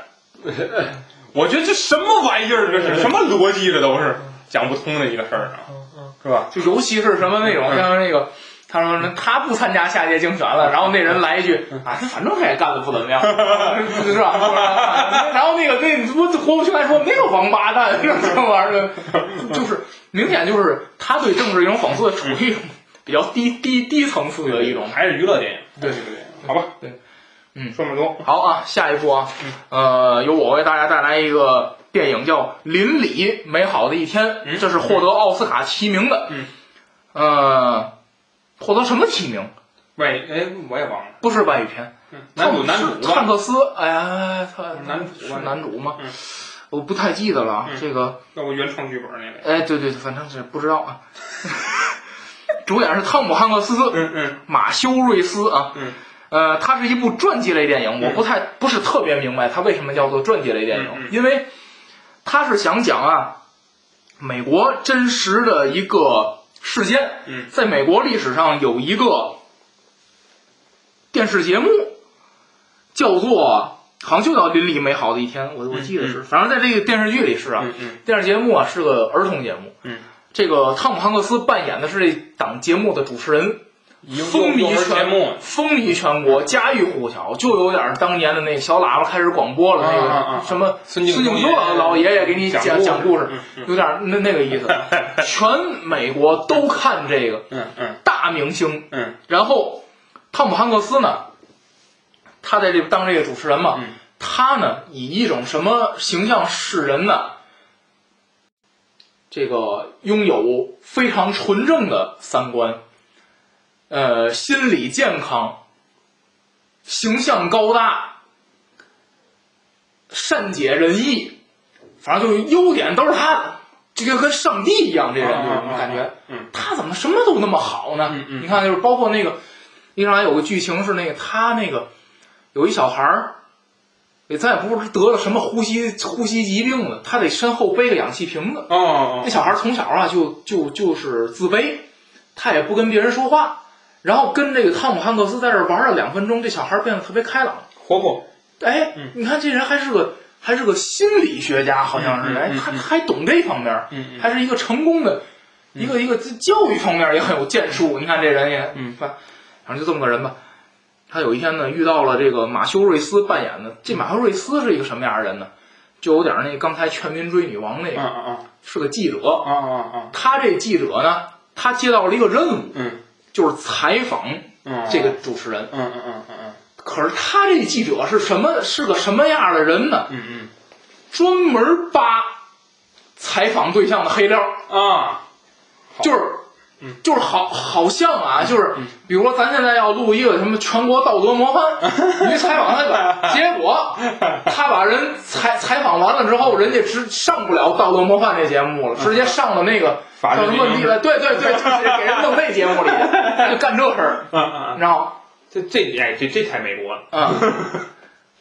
Speaker 2: 我觉得这什么玩意儿？这是什么逻辑？这都是讲不通的一个事儿啊，是吧？
Speaker 1: 就尤其是什么那种
Speaker 2: 嗯
Speaker 1: 像那个他说那他不参加下届竞选了，然后那人来一句啊，反正他也干的不怎么样，是吧？ 然后那个那你不活不下来说没有王八蛋，这玩意儿就是明显就是他对政治一种讽刺，处于一种比较低低低层次的一种。
Speaker 2: 还是娱乐电影，
Speaker 1: 对
Speaker 2: 还是娱乐电影，好吧，
Speaker 1: 对，嗯
Speaker 2: 说这么多，
Speaker 1: 好啊，下一部啊，呃，由我为大家带来一个电影叫《邻里美好的一天》，
Speaker 2: 嗯
Speaker 1: 这是获得奥斯卡提名的，
Speaker 2: 嗯，
Speaker 1: 呃，获得什么提名？
Speaker 2: 喂，哎，我也忘了，
Speaker 1: 不是外语片，
Speaker 2: 嗯男主男
Speaker 1: 是
Speaker 2: 主
Speaker 1: 汉
Speaker 2: 吧，
Speaker 1: 克斯，哎呀，他
Speaker 2: 男主
Speaker 1: 是
Speaker 2: 吧
Speaker 1: 男主吗
Speaker 2: 嗯？
Speaker 1: 我不太记得了啊，
Speaker 2: 嗯
Speaker 1: 这个，
Speaker 2: 要不原创剧本那个，
Speaker 1: 哎，对对，反正是不知道啊。 主演是汤姆汉克斯、
Speaker 2: 嗯嗯
Speaker 1: 马修瑞斯啊，
Speaker 2: 嗯
Speaker 1: 呃，它是一部传记类电影，我不太不是特别明白它为什么叫做传记类电影，
Speaker 2: 嗯嗯
Speaker 1: 因为它是想讲啊，美国真实的一个事件，
Speaker 2: 嗯
Speaker 1: 在美国历史上有一个电视节目叫做好像就叫《邻里美好的一天》，我我记得是，反正在这个电视剧里是啊，
Speaker 2: 嗯嗯
Speaker 1: 电视节目啊是个儿童节目，
Speaker 2: 嗯，
Speaker 1: 这个汤姆汉克斯扮演的是这档节目的主持人，
Speaker 2: 一个
Speaker 1: 风靡
Speaker 2: 幼儿节
Speaker 1: 全
Speaker 2: 目，
Speaker 1: 风靡全国，家喻户晓，就有点当年的那个小喇叭开始广播了，那个、
Speaker 2: 啊啊啊
Speaker 1: 什么
Speaker 2: 孙
Speaker 1: 敬
Speaker 2: 敬
Speaker 1: 座老爷爷给你
Speaker 2: 讲
Speaker 1: 讲讲故事，
Speaker 2: 嗯嗯
Speaker 1: 有点那那个 意思。全美国都看这个
Speaker 2: 嗯嗯
Speaker 1: 大明星，
Speaker 2: 嗯
Speaker 1: 然后汤姆汉克斯呢，他在这当这个主持人嘛，
Speaker 2: 嗯
Speaker 1: 他呢以一种什么形象示人呢？这个拥有非常纯正的三观，呃，心理健康，形象高大，善解人意，反正就是优点都是他的，这个跟上帝一样，这人就是你感觉。
Speaker 2: 嗯
Speaker 1: 他怎么什么都那么好呢？
Speaker 2: 嗯嗯
Speaker 1: 你看，就是包括那个，一上来有个剧情是那个他那个有一小孩儿，也再也不是得了什么呼吸呼吸疾病了，他得身后背个氧气瓶子。
Speaker 2: 哦哦
Speaker 1: 那小孩儿从小啊就就就是自卑，他也不跟别人说话，然后跟这个汤姆汉克斯在这儿玩了两分钟，这小孩儿变得特别开朗。
Speaker 2: 活泼，
Speaker 1: 哎
Speaker 2: 嗯，
Speaker 1: 你看这人还是个还是个心理学家，好像是，
Speaker 2: 嗯嗯
Speaker 1: 哎，
Speaker 2: 嗯
Speaker 1: 他
Speaker 2: 嗯
Speaker 1: 还懂这方面儿，
Speaker 2: 嗯嗯
Speaker 1: 还是一个成功的，一个一个教育方面也很有建树。你看这人也，
Speaker 2: 嗯
Speaker 1: 反反正就这么个人吧。他有一天呢，遇到了这个马修·瑞斯扮演的。这马修·瑞斯是一个什么样的人呢？就有点那刚才《全民追女王》那个，
Speaker 2: 啊啊
Speaker 1: 是个记者
Speaker 2: 啊。啊啊，
Speaker 1: 他这记者呢，他接到了一个任务，
Speaker 2: 嗯
Speaker 1: 就是采访
Speaker 2: 嗯
Speaker 1: 这个主持人。
Speaker 2: 嗯嗯嗯嗯
Speaker 1: 可是他这记者是什么？是个什么样的人呢？
Speaker 2: 嗯
Speaker 1: 专门扒采访对象的黑料。
Speaker 2: 嗯啊，
Speaker 1: 就是
Speaker 2: 嗯，
Speaker 1: 就是好，好像啊，就是
Speaker 2: 嗯
Speaker 1: 比如说咱现在要录一个什么全国道德模范， 你去采访那个，结果他把人采采访完了之后，人家直上不了道德模范这节目了，直接上了那个
Speaker 2: 嗯法
Speaker 1: 叫
Speaker 2: 制
Speaker 1: 什
Speaker 2: 进
Speaker 1: 么
Speaker 2: 行
Speaker 1: 立了，对对对，就是给人弄那节目里，他就干这事儿，
Speaker 2: 啊啊
Speaker 1: 你，知道吗？
Speaker 2: 这这哎这这太美国了，
Speaker 1: 啊，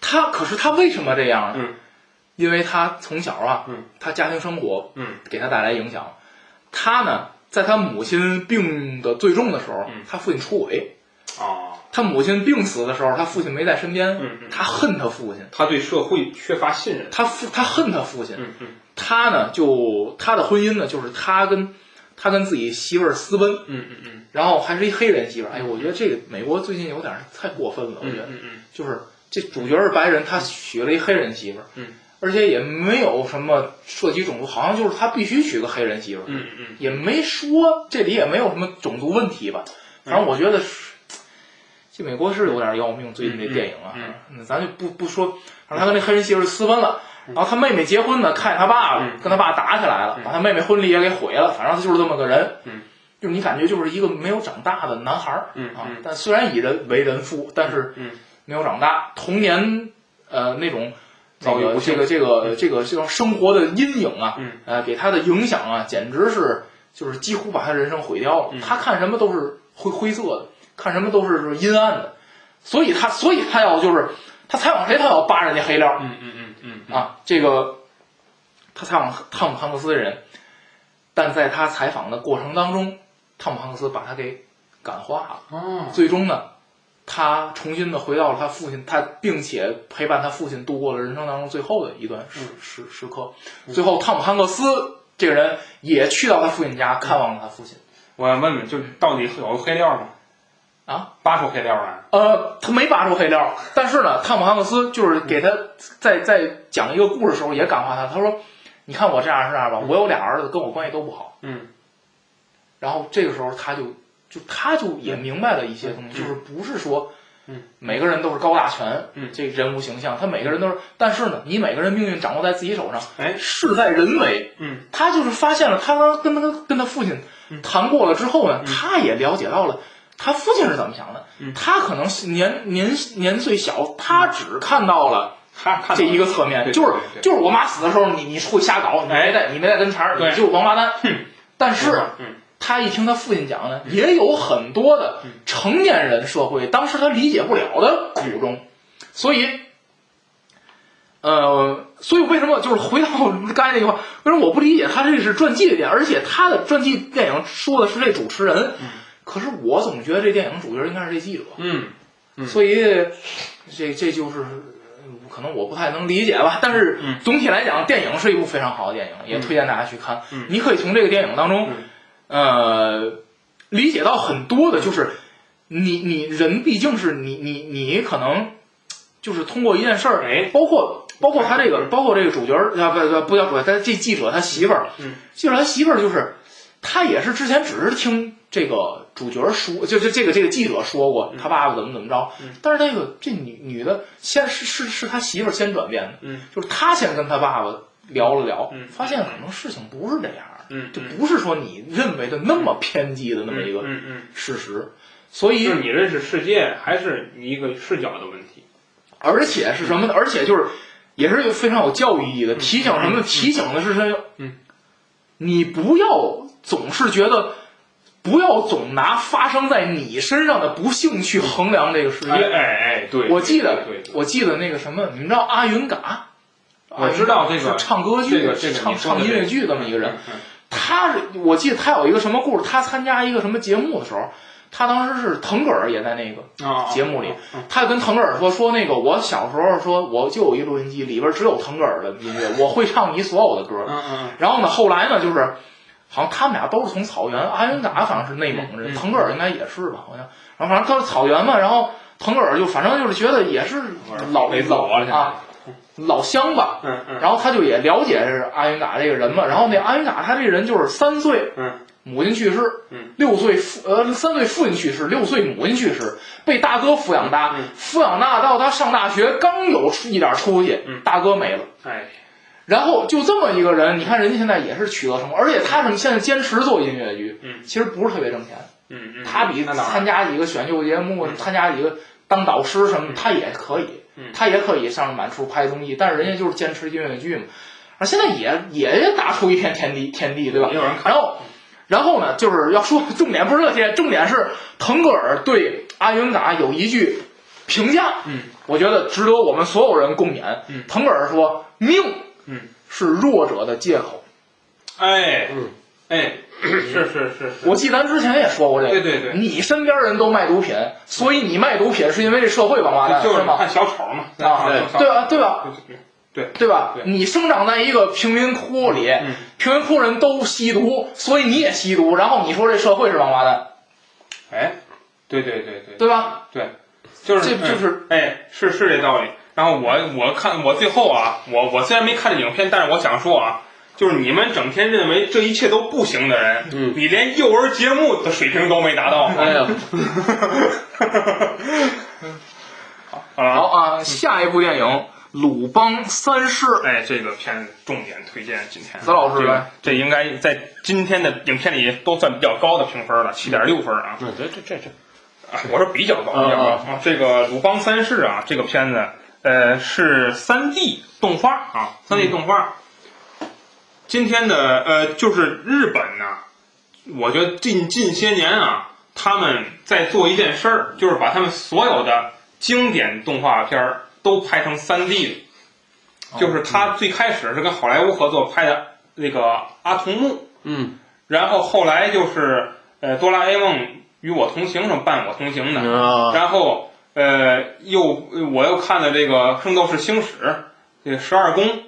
Speaker 1: 他可是他为什么这样呢
Speaker 2: 嗯？
Speaker 1: 因为他从小啊
Speaker 2: 嗯，
Speaker 1: 他家庭生活
Speaker 2: 嗯
Speaker 1: 给他带来影响。他呢，在他母亲病的最重的时候，
Speaker 2: 嗯
Speaker 1: 他父亲出轨；
Speaker 2: 啊，
Speaker 1: 他母亲病死的时候，他父亲没在身边。
Speaker 2: 嗯嗯
Speaker 1: 他恨他父亲，
Speaker 2: 他对社会缺乏信任，
Speaker 1: 他父他恨他父亲。
Speaker 2: 嗯嗯
Speaker 1: 他呢，就他的婚姻呢，就是他跟他跟自己媳妇儿私奔，
Speaker 2: 嗯嗯
Speaker 1: 然后还是一黑人媳妇儿。哎，我觉得这个美国最近有点儿太过分了，我
Speaker 2: 嗯
Speaker 1: 觉得。
Speaker 2: 嗯嗯
Speaker 1: 就是这主角是白人，他娶了一黑人媳妇儿，
Speaker 2: 嗯，
Speaker 1: 而且也没有什么涉及种族，好像就是他必须娶个黑人媳妇儿，
Speaker 2: 嗯嗯
Speaker 1: 也没说这里也没有什么种族问题吧。
Speaker 2: 嗯
Speaker 1: 反正我觉得是，这美国是有点要命，最近这电影啊，
Speaker 2: 嗯
Speaker 1: 那咱就不不说，反正他跟这黑人媳妇儿私奔了。然后他妹妹结婚呢，看见他爸了，
Speaker 2: 嗯
Speaker 1: 跟他爸打起来了，
Speaker 2: 嗯
Speaker 1: 把他妹妹婚礼也给毁了。反正他就是这么个人，
Speaker 2: 嗯，
Speaker 1: 就是你感觉就是一个没有长大的男孩儿，
Speaker 2: 嗯
Speaker 1: 啊
Speaker 2: 嗯，
Speaker 1: 但虽然以人为人父，但是
Speaker 2: 嗯
Speaker 1: 没有长大，童年呃那种
Speaker 2: 遭遇
Speaker 1: 那个
Speaker 2: 不
Speaker 1: 这
Speaker 2: 幸
Speaker 1: 个这个这个这个生活的阴影啊，
Speaker 2: 嗯
Speaker 1: 呃给他的影响啊，简直是就是几乎把他人生毁掉了。
Speaker 2: 嗯
Speaker 1: 他看什么都是灰灰色的，看什么都是就是阴暗的，所以他所以他要就是他采访谁他要扒人家黑料，
Speaker 2: 嗯嗯嗯嗯
Speaker 1: 啊，这个他采访汤姆汉克斯的人，但在他采访的过程当中，汤姆汉克斯把他给感化了。
Speaker 2: 哦，
Speaker 1: 最终呢，他重新的回到了他父亲，他并且陪伴他父亲度过了人生当中最后的一段时时时刻。最后，汤姆汉克斯这个人也去到他父亲家看望了他父亲。
Speaker 2: 我想问问，就是到底有黑料吗？
Speaker 1: 啊，
Speaker 2: 扒出黑料来。
Speaker 1: 呃，他没扒出黑料，但是呢，汤姆汉克斯就是给他在在讲一个故事的时候也感化他，他说：“你看我这样是这样吧，我有俩儿子，跟我关系都不好。
Speaker 2: 嗯”
Speaker 1: 然后这个时候他就就他就也明白了一些东西，就是不是说。
Speaker 2: 嗯，
Speaker 1: 每个人都是高大全，
Speaker 2: 嗯
Speaker 1: 这人物形象，他每个人都是，但是呢，你每个人命运掌握在自己手上，
Speaker 2: 哎
Speaker 1: 事在人为，
Speaker 2: 嗯，
Speaker 1: 他就是发现了，他刚跟他跟他父亲谈过了之后呢，他也了解到了他父亲是怎么想的，
Speaker 2: 嗯
Speaker 1: 他可能是年年年岁小，他只看到了
Speaker 2: 他看到
Speaker 1: 这一个侧面，
Speaker 2: 对
Speaker 1: 就是
Speaker 2: 对对哎
Speaker 1: 就是我妈死的时候，你你出去瞎搞，你没在你没在跟前儿，
Speaker 2: 对
Speaker 1: 你就是王八蛋
Speaker 2: 哼。
Speaker 1: 但是
Speaker 2: 嗯
Speaker 1: 他一听他父亲讲呢，也有很多的成年人社会当时他理解不了的苦衷，所以。呃，所以为什么就是回到我们刚才那句话，为什么我不理解他这是传记的电影，而且他的传记电影说的是这主持人，可是我总觉得这电影主角应该是这记者，
Speaker 2: 嗯
Speaker 1: 所以这这就是嗯可能我不太能理解吧。但是
Speaker 2: 嗯
Speaker 1: 总体来讲，电影是一部非常好的电影，也推荐大家去看。
Speaker 2: 嗯
Speaker 1: 你可以从这个电影当中，呃，理解到很多的，就是你你人毕竟是你你你可能就是通过一件事儿
Speaker 2: 哎，
Speaker 1: 包括。包括他这个，包括这个主角儿啊，不不不叫主角，他这记者他媳妇儿，
Speaker 2: 嗯
Speaker 1: 记者他媳妇儿就是，他也是之前只是听这个主角说，就就这个这个记者说过
Speaker 2: 嗯
Speaker 1: 他爸爸怎么怎么着，但是那个这女女的先是是是他媳妇儿先转变的，
Speaker 2: 嗯，
Speaker 1: 就是他先跟他爸爸聊了聊，
Speaker 2: 嗯
Speaker 1: 发现可能事情不是这样的，
Speaker 2: 嗯
Speaker 1: 就不是说你认为的那么偏激的那么一个
Speaker 2: 嗯嗯，
Speaker 1: 事实，所以
Speaker 2: 就是你认识世界还是你一个视角的问题。
Speaker 1: 而且是什么呢？而且就是也是非常有教育意义的，提醒什么呢？提醒的是什么？
Speaker 2: 嗯，
Speaker 1: 你不要总是觉得，不要总拿发生在你身上的不幸去衡量这个世
Speaker 2: 嗯哎
Speaker 1: 界。
Speaker 2: 哎哎，对，
Speaker 1: 我记得
Speaker 2: 对，对，对
Speaker 1: 我记得那个什么，你们知道阿云嘎？
Speaker 2: 我知道这
Speaker 1: 阿云
Speaker 2: 个
Speaker 1: 嘎是唱歌剧
Speaker 2: 这个
Speaker 1: 的，
Speaker 2: 这个嗯
Speaker 1: 唱
Speaker 2: 你说的
Speaker 1: 唱音乐剧这么一个人。他是，我记得他有一个什么故事，他参加一个什么节目的时候，他当时是腾格尔也在那个
Speaker 2: 啊
Speaker 1: 节目里
Speaker 2: 嗯，
Speaker 1: 他跟腾格尔说说那个我小时候说我就有一录音机，里边只有腾格尔的音乐，我会唱你所有的歌。
Speaker 2: 嗯嗯
Speaker 1: 然后呢，后来呢，就是好像他们俩都是从草原，阿云达好像是内蒙人，
Speaker 2: 嗯嗯
Speaker 1: 腾格尔应该也是吧，好像。然后反正都是草原嘛，然后腾格尔就反正就是觉得也是
Speaker 2: 嗯，
Speaker 1: 老
Speaker 2: 没
Speaker 1: 老
Speaker 2: 走啊，现在
Speaker 1: 啊，老乡吧，
Speaker 2: 嗯嗯
Speaker 1: 然后他就也了解是阿云嘎这个人嘛，然后那阿云嘎他这个人就是三岁，
Speaker 2: 嗯，
Speaker 1: 母亲去世，
Speaker 2: 嗯，
Speaker 1: 六岁父呃三岁父亲去世，六岁母亲去世，被大哥抚养大，
Speaker 2: 嗯
Speaker 1: 抚养大到他上大学刚有出一点出息，
Speaker 2: 嗯
Speaker 1: 大哥没了。
Speaker 2: 哎，
Speaker 1: 然后就这么一个人，你看人家现在也是取得成功，而且他什么现在坚持做音乐剧，
Speaker 2: 嗯
Speaker 1: 其实不是特别挣钱，
Speaker 2: 嗯嗯，
Speaker 1: 他比
Speaker 2: 那当然
Speaker 1: 参加几个选秀节目、
Speaker 2: 嗯
Speaker 1: 参加几个当导师什么，他也可以，
Speaker 2: 嗯
Speaker 1: 他也可以上满处拍综艺，但是人家就是坚持音乐剧嘛，啊，现在也也打出一片天地天地，对吧
Speaker 2: 也？有人看
Speaker 1: 然后，然后呢，就是要说重点不是这些，重点是腾格尔对阿云嘎有一句评价，
Speaker 2: 嗯，
Speaker 1: 我觉得值得我们所有人共勉。
Speaker 2: 嗯
Speaker 1: 腾格尔说：“命，
Speaker 2: 嗯，
Speaker 1: 是弱者的借口。
Speaker 2: 哎
Speaker 3: 嗯
Speaker 2: 哎，是是是”是，
Speaker 1: 我记得咱之前也说过这个，
Speaker 2: 对对对，
Speaker 1: 你身边人都卖毒品，所以你卖毒品是因为这社会王八蛋，
Speaker 2: 就是你
Speaker 1: 吗？
Speaker 2: 看小丑嘛，
Speaker 1: 啊，
Speaker 2: 对
Speaker 1: 嗯对吧？对吧？
Speaker 2: 对
Speaker 1: 对吧？
Speaker 2: 对
Speaker 1: 你生长在一个贫民窟里，
Speaker 2: 嗯
Speaker 1: 贫民窟人都吸毒，所以你也吸毒，然后你说这社会是王八蛋，
Speaker 2: 哎，对对对对
Speaker 1: 对吧？
Speaker 2: 对，就是
Speaker 1: 这就是
Speaker 2: 哎，是是这道理。然后我我看我最后啊，我我虽然没看这影片，但是我想说啊，就是你们整天认为这一切都不行的人，
Speaker 3: 嗯
Speaker 2: 你连幼儿节目的水平都没达到。
Speaker 3: 哎呀，
Speaker 1: 嗯
Speaker 2: 好了，
Speaker 1: 好啊，下一部电影《鲁邦三世》，
Speaker 2: 哎，这个片子重点推荐今天。啊
Speaker 1: 子老师
Speaker 2: 这个
Speaker 1: 来
Speaker 2: 这应该在今天的影片里都算比较高的评分了，七点六分啊。
Speaker 3: 嗯这这这这，
Speaker 2: 啊，我说比较高，比较高。啊，这个《鲁邦三世》啊，这个片子，呃，是三 D 动画啊，三 D 动画。今天的呃，就是日本呢、我觉得近近些年啊，他们在做一件事儿，就是把他们所有的经典动画片儿都拍成三 D 的。就是他最开始是跟好莱坞合作拍的那个《阿童木》，
Speaker 3: 嗯
Speaker 2: 然后后来就是呃《哆啦 A 梦与我同行》上伴我同行的，
Speaker 3: 啊，
Speaker 2: 然后呃，又呃我又看了这个《圣斗士星矢》这个十二宫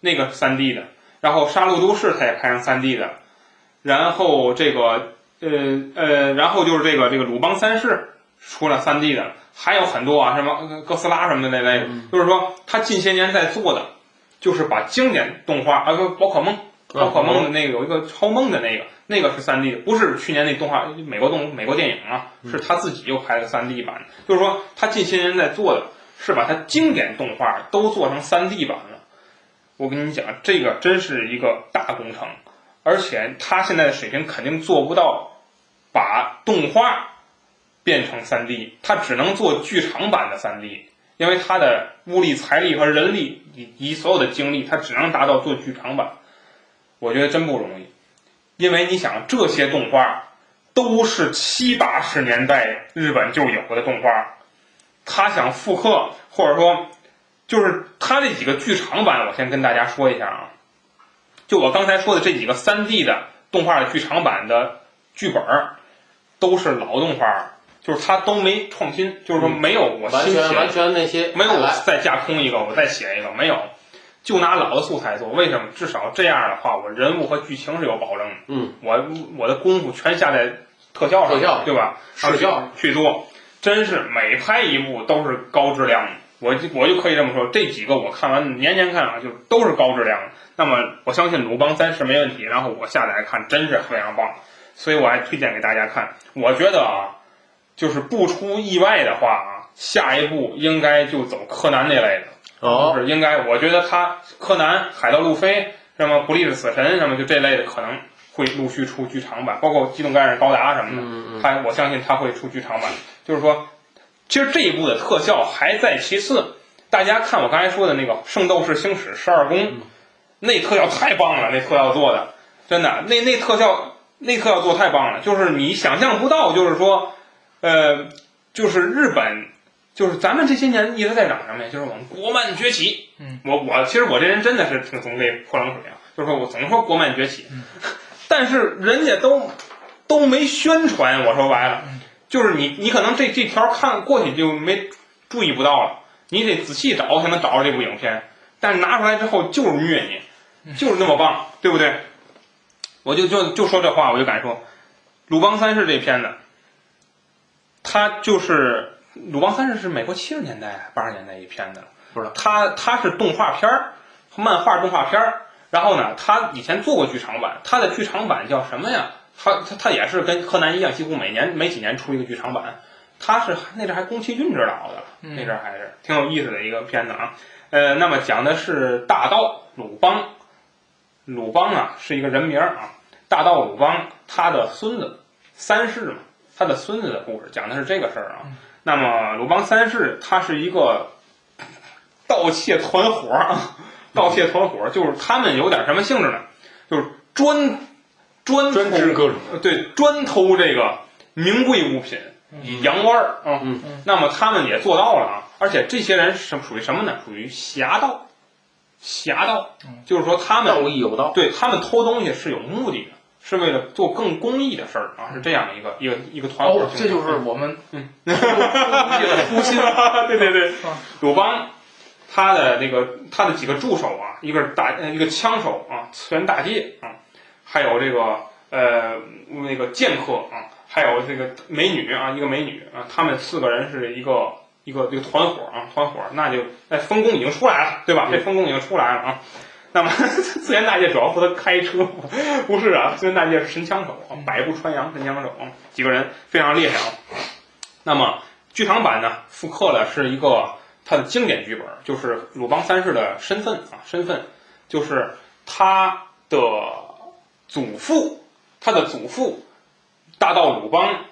Speaker 2: 那个三 D 的，然后《杀戮都市》它也拍成三 D 的，然后这个呃呃，然后就是这个这个《鲁邦三世》出了三 D 的，还有很多啊，什么哥斯拉什么的那类的，就是说他近些年在做的，就是把经典动画啊，不宝可梦。宝可梦的那个有一个超梦的那个，那个是三 D 的，不是去年那动画美国动美国电影啊，是他自己又拍了三 D 版的。就是说，他近些年在做的是把他经典动画都做成三 D 版了。我跟你讲，这个真是一个大工程，而且他现在的水平肯定做不到把动画变成三 D，他只能做剧场版的三 D，因为他的物力、财力和人力以及所有的精力，他只能达到做剧场版。我觉得真不容易，因为你想，这些动画都是七八十年代日本就有的动画，他想复刻，或者说，就是他这几个剧场版，我先跟大家说一下啊，就我刚才说的这几个三 D 的动画的剧场版的剧本儿，都是老动画，就是他都没创新，就是说没有我
Speaker 3: 嗯完
Speaker 2: 新写的
Speaker 3: 全完全那些
Speaker 2: 没有我
Speaker 3: 来
Speaker 2: 再架空一个，我再写一个，没有，就拿老的素材做。为什么？至少这样的话，我人物和剧情是有保证的。
Speaker 3: 嗯，
Speaker 2: 我我的功夫全下在特效上，
Speaker 3: 特效
Speaker 2: 对吧？
Speaker 3: 视效
Speaker 2: 啊去去做，真是每拍一部都是高质量的。我就我就可以这么说，这几个我看完年年看啊，就都是高质量的。那么我相信鲁邦三是没问题，然后我下载看，真是非常棒，所以我还推荐给大家看。我觉得啊，就是不出意外的话啊，下一步应该就走柯南那类的。
Speaker 3: 哦，
Speaker 2: 就是应该，我觉得他柯南、海盗路飞、什么不利的死神什么，就这类的可能会陆续出剧场版，包括机动战士高达什么的，
Speaker 3: 嗯嗯
Speaker 2: 他我相信他会出剧场版。就是说，其实这一部的特效还在其次，大家看我刚才说的那个《圣斗士星矢十二宫》
Speaker 3: 嗯
Speaker 2: 那特效太棒了，那特效做的真的，那那特效那特效做太棒了，就是你想象不到，就是说，呃，就是日本。就是咱们这些年一直在嚷什么呀？就是我们国漫崛起。
Speaker 4: 嗯，
Speaker 2: 我我其实我这人真的是挺从这泼冷水啊，就是说我总说国漫崛起， 但是人家都都没宣传。我说白了，就是你你可能这这条看过去就没注意不到了，你得仔细找才能找着这部影片。但是拿出来之后就是虐你，就是那么棒，对不对？我就就就说这话，我就敢说，《鲁邦三世》这片子，它就是《鲁邦三世》是美国七十年代八十年代一片的了，
Speaker 3: 不知道
Speaker 2: 它它是动画片儿，漫画动画片儿。然后呢，它以前做过剧场版，它的剧场版叫什么呀？它它它也是跟柯南一样，几乎每年没几年出一个剧场版。它是那阵儿还宫崎骏执导的，
Speaker 4: 嗯
Speaker 2: 那阵儿还是挺有意思的一个片子啊。呃，那么讲的是大盗鲁邦，鲁邦啊是一个人名儿啊，大盗鲁邦他的孙子三世嘛，他的孙子的故事讲的是这个事儿啊。那么鲁邦三世他是一个 盗窃团伙儿啊，盗窃团伙儿就是他们有点什么性质呢？就是专专
Speaker 3: 专
Speaker 2: 偷
Speaker 3: 治各种
Speaker 2: 呃对专偷这个名贵物品，以洋弯儿啊。
Speaker 3: 嗯
Speaker 4: 嗯
Speaker 2: 那么他们也做到了啊，而且这些人是属于什么呢？属于侠盗，侠盗
Speaker 4: 嗯，
Speaker 2: 就是说他们
Speaker 3: 道义有道，
Speaker 2: 对他们偷东西是有目的的，是为了做更公益的事儿啊，是这样的一个一个一个团伙
Speaker 1: 哦
Speaker 2: 性，质。
Speaker 1: 这就是我们
Speaker 2: 初心， 对对对
Speaker 4: 啊，
Speaker 2: 鲁邦他的那个他的几个助手啊，一个是大呃一个枪手啊，次元大介啊，还有这个呃那个剑客啊，还有这个美女啊，一个美女啊，他们四个人是一个一个一个团伙啊，团伙那就哎分工已经出来了，对吧？这分工已经出来了啊。那么次元大介主要负责开车，不是啊，次元大介是神枪手啊，百步穿杨神枪手啊，几个人非常厉害啊。那么剧场版呢，复刻的是一个他的经典剧本，就是鲁邦三世的身份啊，身份就是他的祖父，他的祖父大盗鲁邦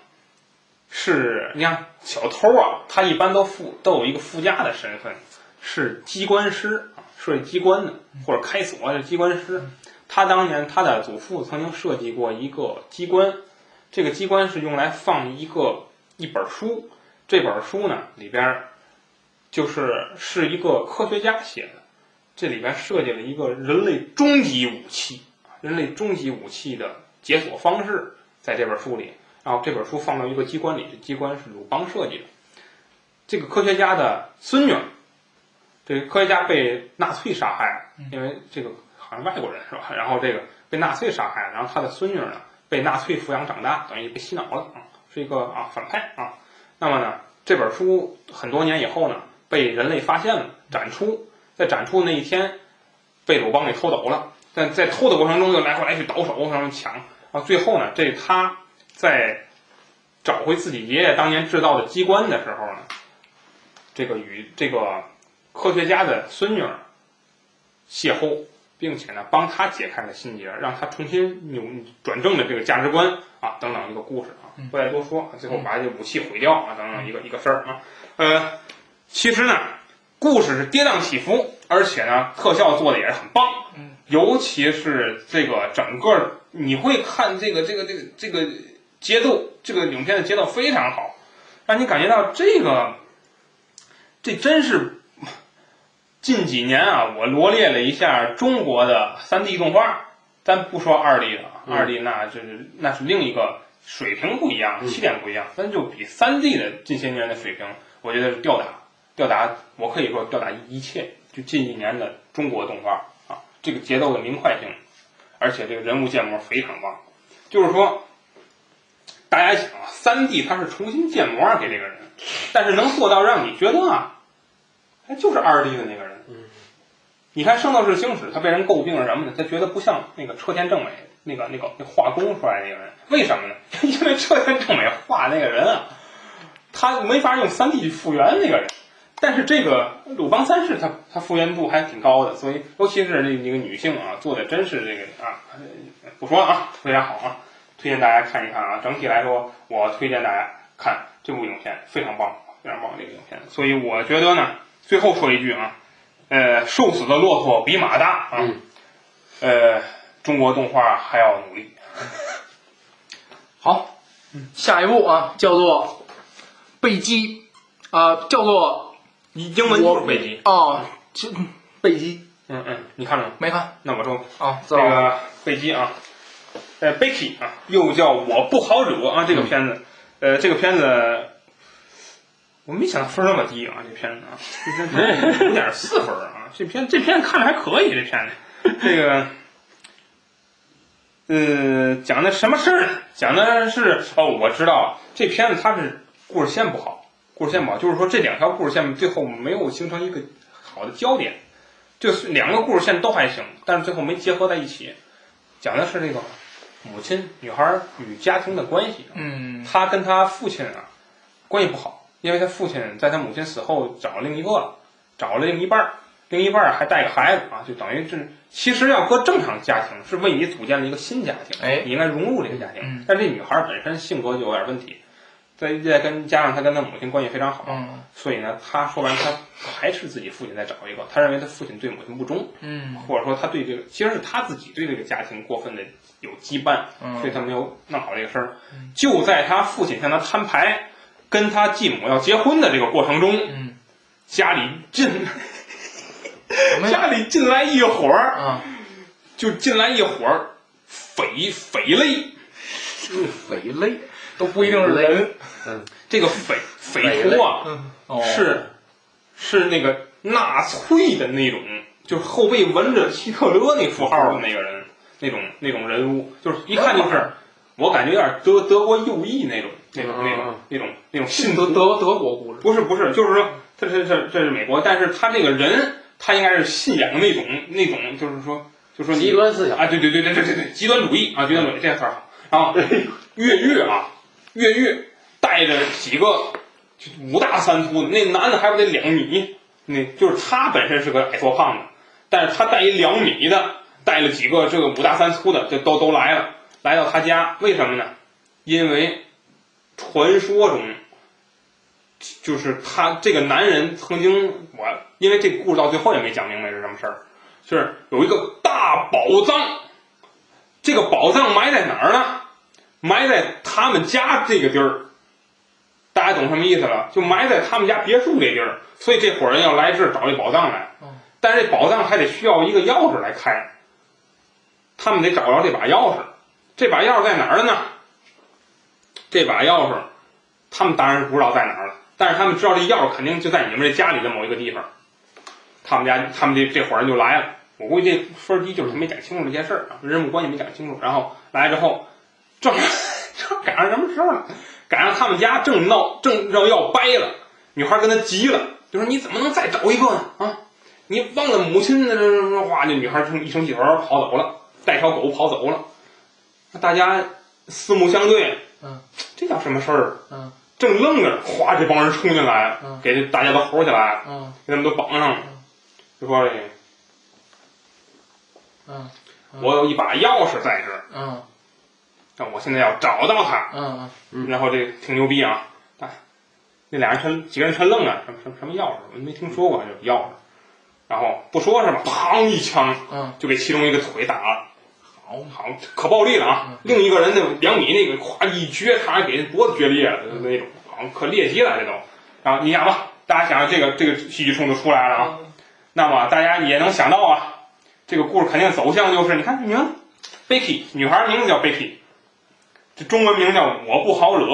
Speaker 2: 是，你看小偷啊，他一般都附都有一个附加的身份，是机关师啊，设计机关的或者开锁啊的机关师。他当年他的祖父曾经设计过一个机关，这个机关是用来放一个一本书，这本书呢里边儿就是是一个科学家写的，这里边设计了一个人类终极武器，啊人类终极武器的解锁方式在这本书里。然后这本书放到一个机关里，这机关是鲁邦设计的。这个科学家的孙女儿，这个科学家被纳粹杀害了，因为这个好像外国人是吧？然后这个被纳粹杀害了，然后他的孙女儿呢被纳粹抚养长大，等于被洗脑了啊，是一个啊反派啊。那么呢，这本书很多年以后呢，被人类发现了，展出，在展出那一天，被鲁邦给偷走了。但在偷的过程中，又来回来去倒手，然后抢啊，最后呢，这他在找回自己爷爷当年制造的机关的时候呢，这个与这个科学家的孙女儿邂逅，并且呢，帮他解开了心结，让他重新扭转正的这个价值观啊，等等一个故事啊，不再多说。最后把这武器毁掉啊，等等一个一个事儿啊。呃，其实呢，故事是跌宕起伏，而且呢，特效做的也是很棒。尤其是这个整个，你会看这个这个这个这个节奏，这个影片的节奏非常好，让你感觉到这个，这真是近几年啊，我罗列了一下中国的三 D 动画，咱不说二 D 的，
Speaker 3: 嗯
Speaker 2: 二 D 那就是那是另一个水平不一样，
Speaker 3: 嗯
Speaker 2: 起点不一样，咱就比三 D 的近些年的水平，我觉得是吊打，吊打，我可以说吊打一切，就近一年的中国动画啊，这个节奏的明快性，而且这个人物建模非常棒，就是说。大家想啊，三 D 它是重新建模啊给这个人，但是能做到让你觉得啊，他就是二 D 的那个人。
Speaker 3: 嗯
Speaker 2: 你看《圣斗士星矢》，他被人诟病是什么呢？他觉得不像那个车田正美那个那个那画工出来那个人，为什么呢？ 因为车田正美画那个人啊，他没法用三 D 去复原那个人。但是这个鲁邦三世他他复原度还挺高的，所以尤其是这这个女性啊，做的真是这个啊，呃不说了啊，非常好啊，推荐大家看一看啊。整体来说，我推荐大家看这部影片，非常棒，非常棒这个影片。所以我觉得呢，最后说一句啊，呃，瘦死的骆驼比马大啊，
Speaker 3: 嗯
Speaker 2: 呃，中国动画还要努力。
Speaker 1: 好，下一步啊，叫做贝基，啊，叫做
Speaker 2: 英文就是北极，
Speaker 1: 啊，这贝基
Speaker 2: 嗯嗯，你看了吗？
Speaker 1: 没看
Speaker 2: 那我说
Speaker 1: 啊，知
Speaker 2: 这
Speaker 1: 道了
Speaker 2: 个贝基啊，呃，Becky 啊，又叫我不好惹啊，这个片子，呃，这个片子，我没想到分儿那么低啊，这片 子啊，这片五点四分儿啊，这片这片看着还可以，这片子，这个。呃，讲的什么事儿呢？讲的是哦，我知道了这片子它是故事线不好，故事线不好，就是说这两条故事线最后没有形成一个好的焦点，就是两个故事线都还行，但是最后没结合在一起。讲的是这个母亲女孩儿与家庭的关系，啊
Speaker 1: 嗯
Speaker 2: 她跟她父亲啊关系不好，因为她父亲在她母亲死后找另一个了，找了另一半儿，另一半儿还带个孩子啊，就等于是其实要搁正常家庭是为你组建了一个新家庭，
Speaker 1: 哎
Speaker 2: 你应该融入这个家庭。
Speaker 1: 嗯
Speaker 2: 但这女孩儿本身性格就有点问题，再再跟加上她跟她母亲关系非常好，
Speaker 1: 嗯
Speaker 2: 所以呢，她说白了她还是自己父亲在找一个，她认为她父亲对母亲不忠。
Speaker 1: 嗯
Speaker 2: 或者说他对这个，其实是他自己对这个家庭过分的有羁绊，所以
Speaker 1: 嗯
Speaker 2: 他没有弄好这个事儿。就在他父亲向他摊牌，跟他继母要结婚的这个过程中，
Speaker 1: 嗯，
Speaker 2: 家里进
Speaker 1: 什么呀？
Speaker 2: 家里进来一伙儿，
Speaker 1: 啊，
Speaker 2: 就进来一伙儿匪匪类，
Speaker 3: 匪类，
Speaker 1: 都不一定是人，
Speaker 2: 这个匪匪徒啊，
Speaker 1: 哦，
Speaker 2: 是是那个纳粹的那种，就是后背纹着希特勒那符号的那个人，那种那种人物，就是一看就是，我感觉有点德德国右翼那种那种
Speaker 1: 嗯
Speaker 2: 那种那种那种信
Speaker 1: 德
Speaker 2: 徒。
Speaker 1: 德德国故事，
Speaker 2: 不是不是，就是说这这这这是美国，但是他这个人他应该是信仰那种那种，就是说就是说你
Speaker 3: 极端思想
Speaker 2: 啊，对对对对对对对，极端主义啊，极端主义这个词儿好。然后越狱啊，越狱带着几个就五大三粗的，那男的还不得两米？那就是他本身是个矮矬胖子，但是他带一两米的，带了几个这个五大三粗的，就都都来了，来到他家，为什么呢？因为传说中就是他这个男人曾经，我因为这个故事到最后也没讲明白是什么事儿，就是有一个大宝藏，这个宝藏埋在哪儿呢？埋在他们家这个地儿。大家懂什么意思了？就埋在他们家别墅这地儿，所以这伙人要来这儿找这宝藏来
Speaker 1: 哦，
Speaker 2: 但是这宝藏还得需要一个钥匙来开，他们得找着这把钥匙。这把钥匙在哪儿呢？这把钥匙他们当然不知道在哪儿了，但是他们知道这钥匙肯定就在你们这家里的某一个地方。他们家他们这这伙人就来了，我估计这分儿低就是他没讲清楚这些事儿啊，人物关系没讲清楚，然后来之后正正赶上什么事儿了，赶上他们家正闹正要要掰了，女孩跟他急了，就说你怎么能再找一个呢？啊，你忘了母亲的这这这话，那女孩生一生气，跑走了，带条狗跑走了。大家四目相对，
Speaker 1: 嗯，
Speaker 2: 这叫什么事儿？
Speaker 1: 嗯，
Speaker 2: 正愣着，哗，这帮人冲进来，
Speaker 1: 嗯
Speaker 2: 给这大家都吼起来，
Speaker 1: 嗯
Speaker 2: 给他们都绑上了，就说这，
Speaker 1: 嗯，
Speaker 2: 我有一把钥匙在这儿，
Speaker 1: 嗯
Speaker 2: 那我现在要找到他。
Speaker 1: 嗯
Speaker 2: 然后这挺牛逼啊！哎，那俩人全几个人全愣了，什么什么什么钥匙，我没听说过还有钥匙。然后不说是吧？砰一枪
Speaker 1: 嗯，
Speaker 2: 就给其中一个腿打了，好好可暴力了啊！另一个人那两米那个咵一撅，他给人脖子撅裂了那种，好像可裂机了这都。然后你想吧，大家想想这个这个戏剧冲就出来了
Speaker 1: 嗯
Speaker 2: 啊。那么大家也能想到啊，这个故事肯定走向就是，你看，你看，Becky 女孩名字叫 Becky，这中文名叫《我不好惹》，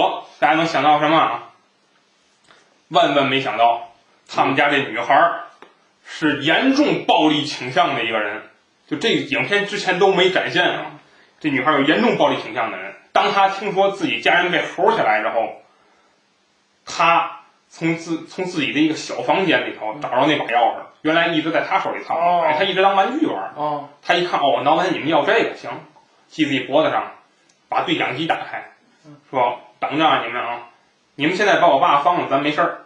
Speaker 2: 大家能想到什么啊？万万没想到，他们家这女孩儿是严重暴力倾向的一个人，就这影片之前都没展现啊。这女孩有严重暴力倾向的人，当她听说自己家人被吼起来之后，她从自从自己的一个小房间里头找着那把钥匙，原来一直在她手里藏着，哎她一直当玩具玩。
Speaker 1: 哦
Speaker 2: 他一看，哦，挠完你们要这个，行，系自己脖子上，把对讲机打开，
Speaker 1: 嗯
Speaker 2: 说等着啊你们啊，你们现在把我爸放了，咱没事儿，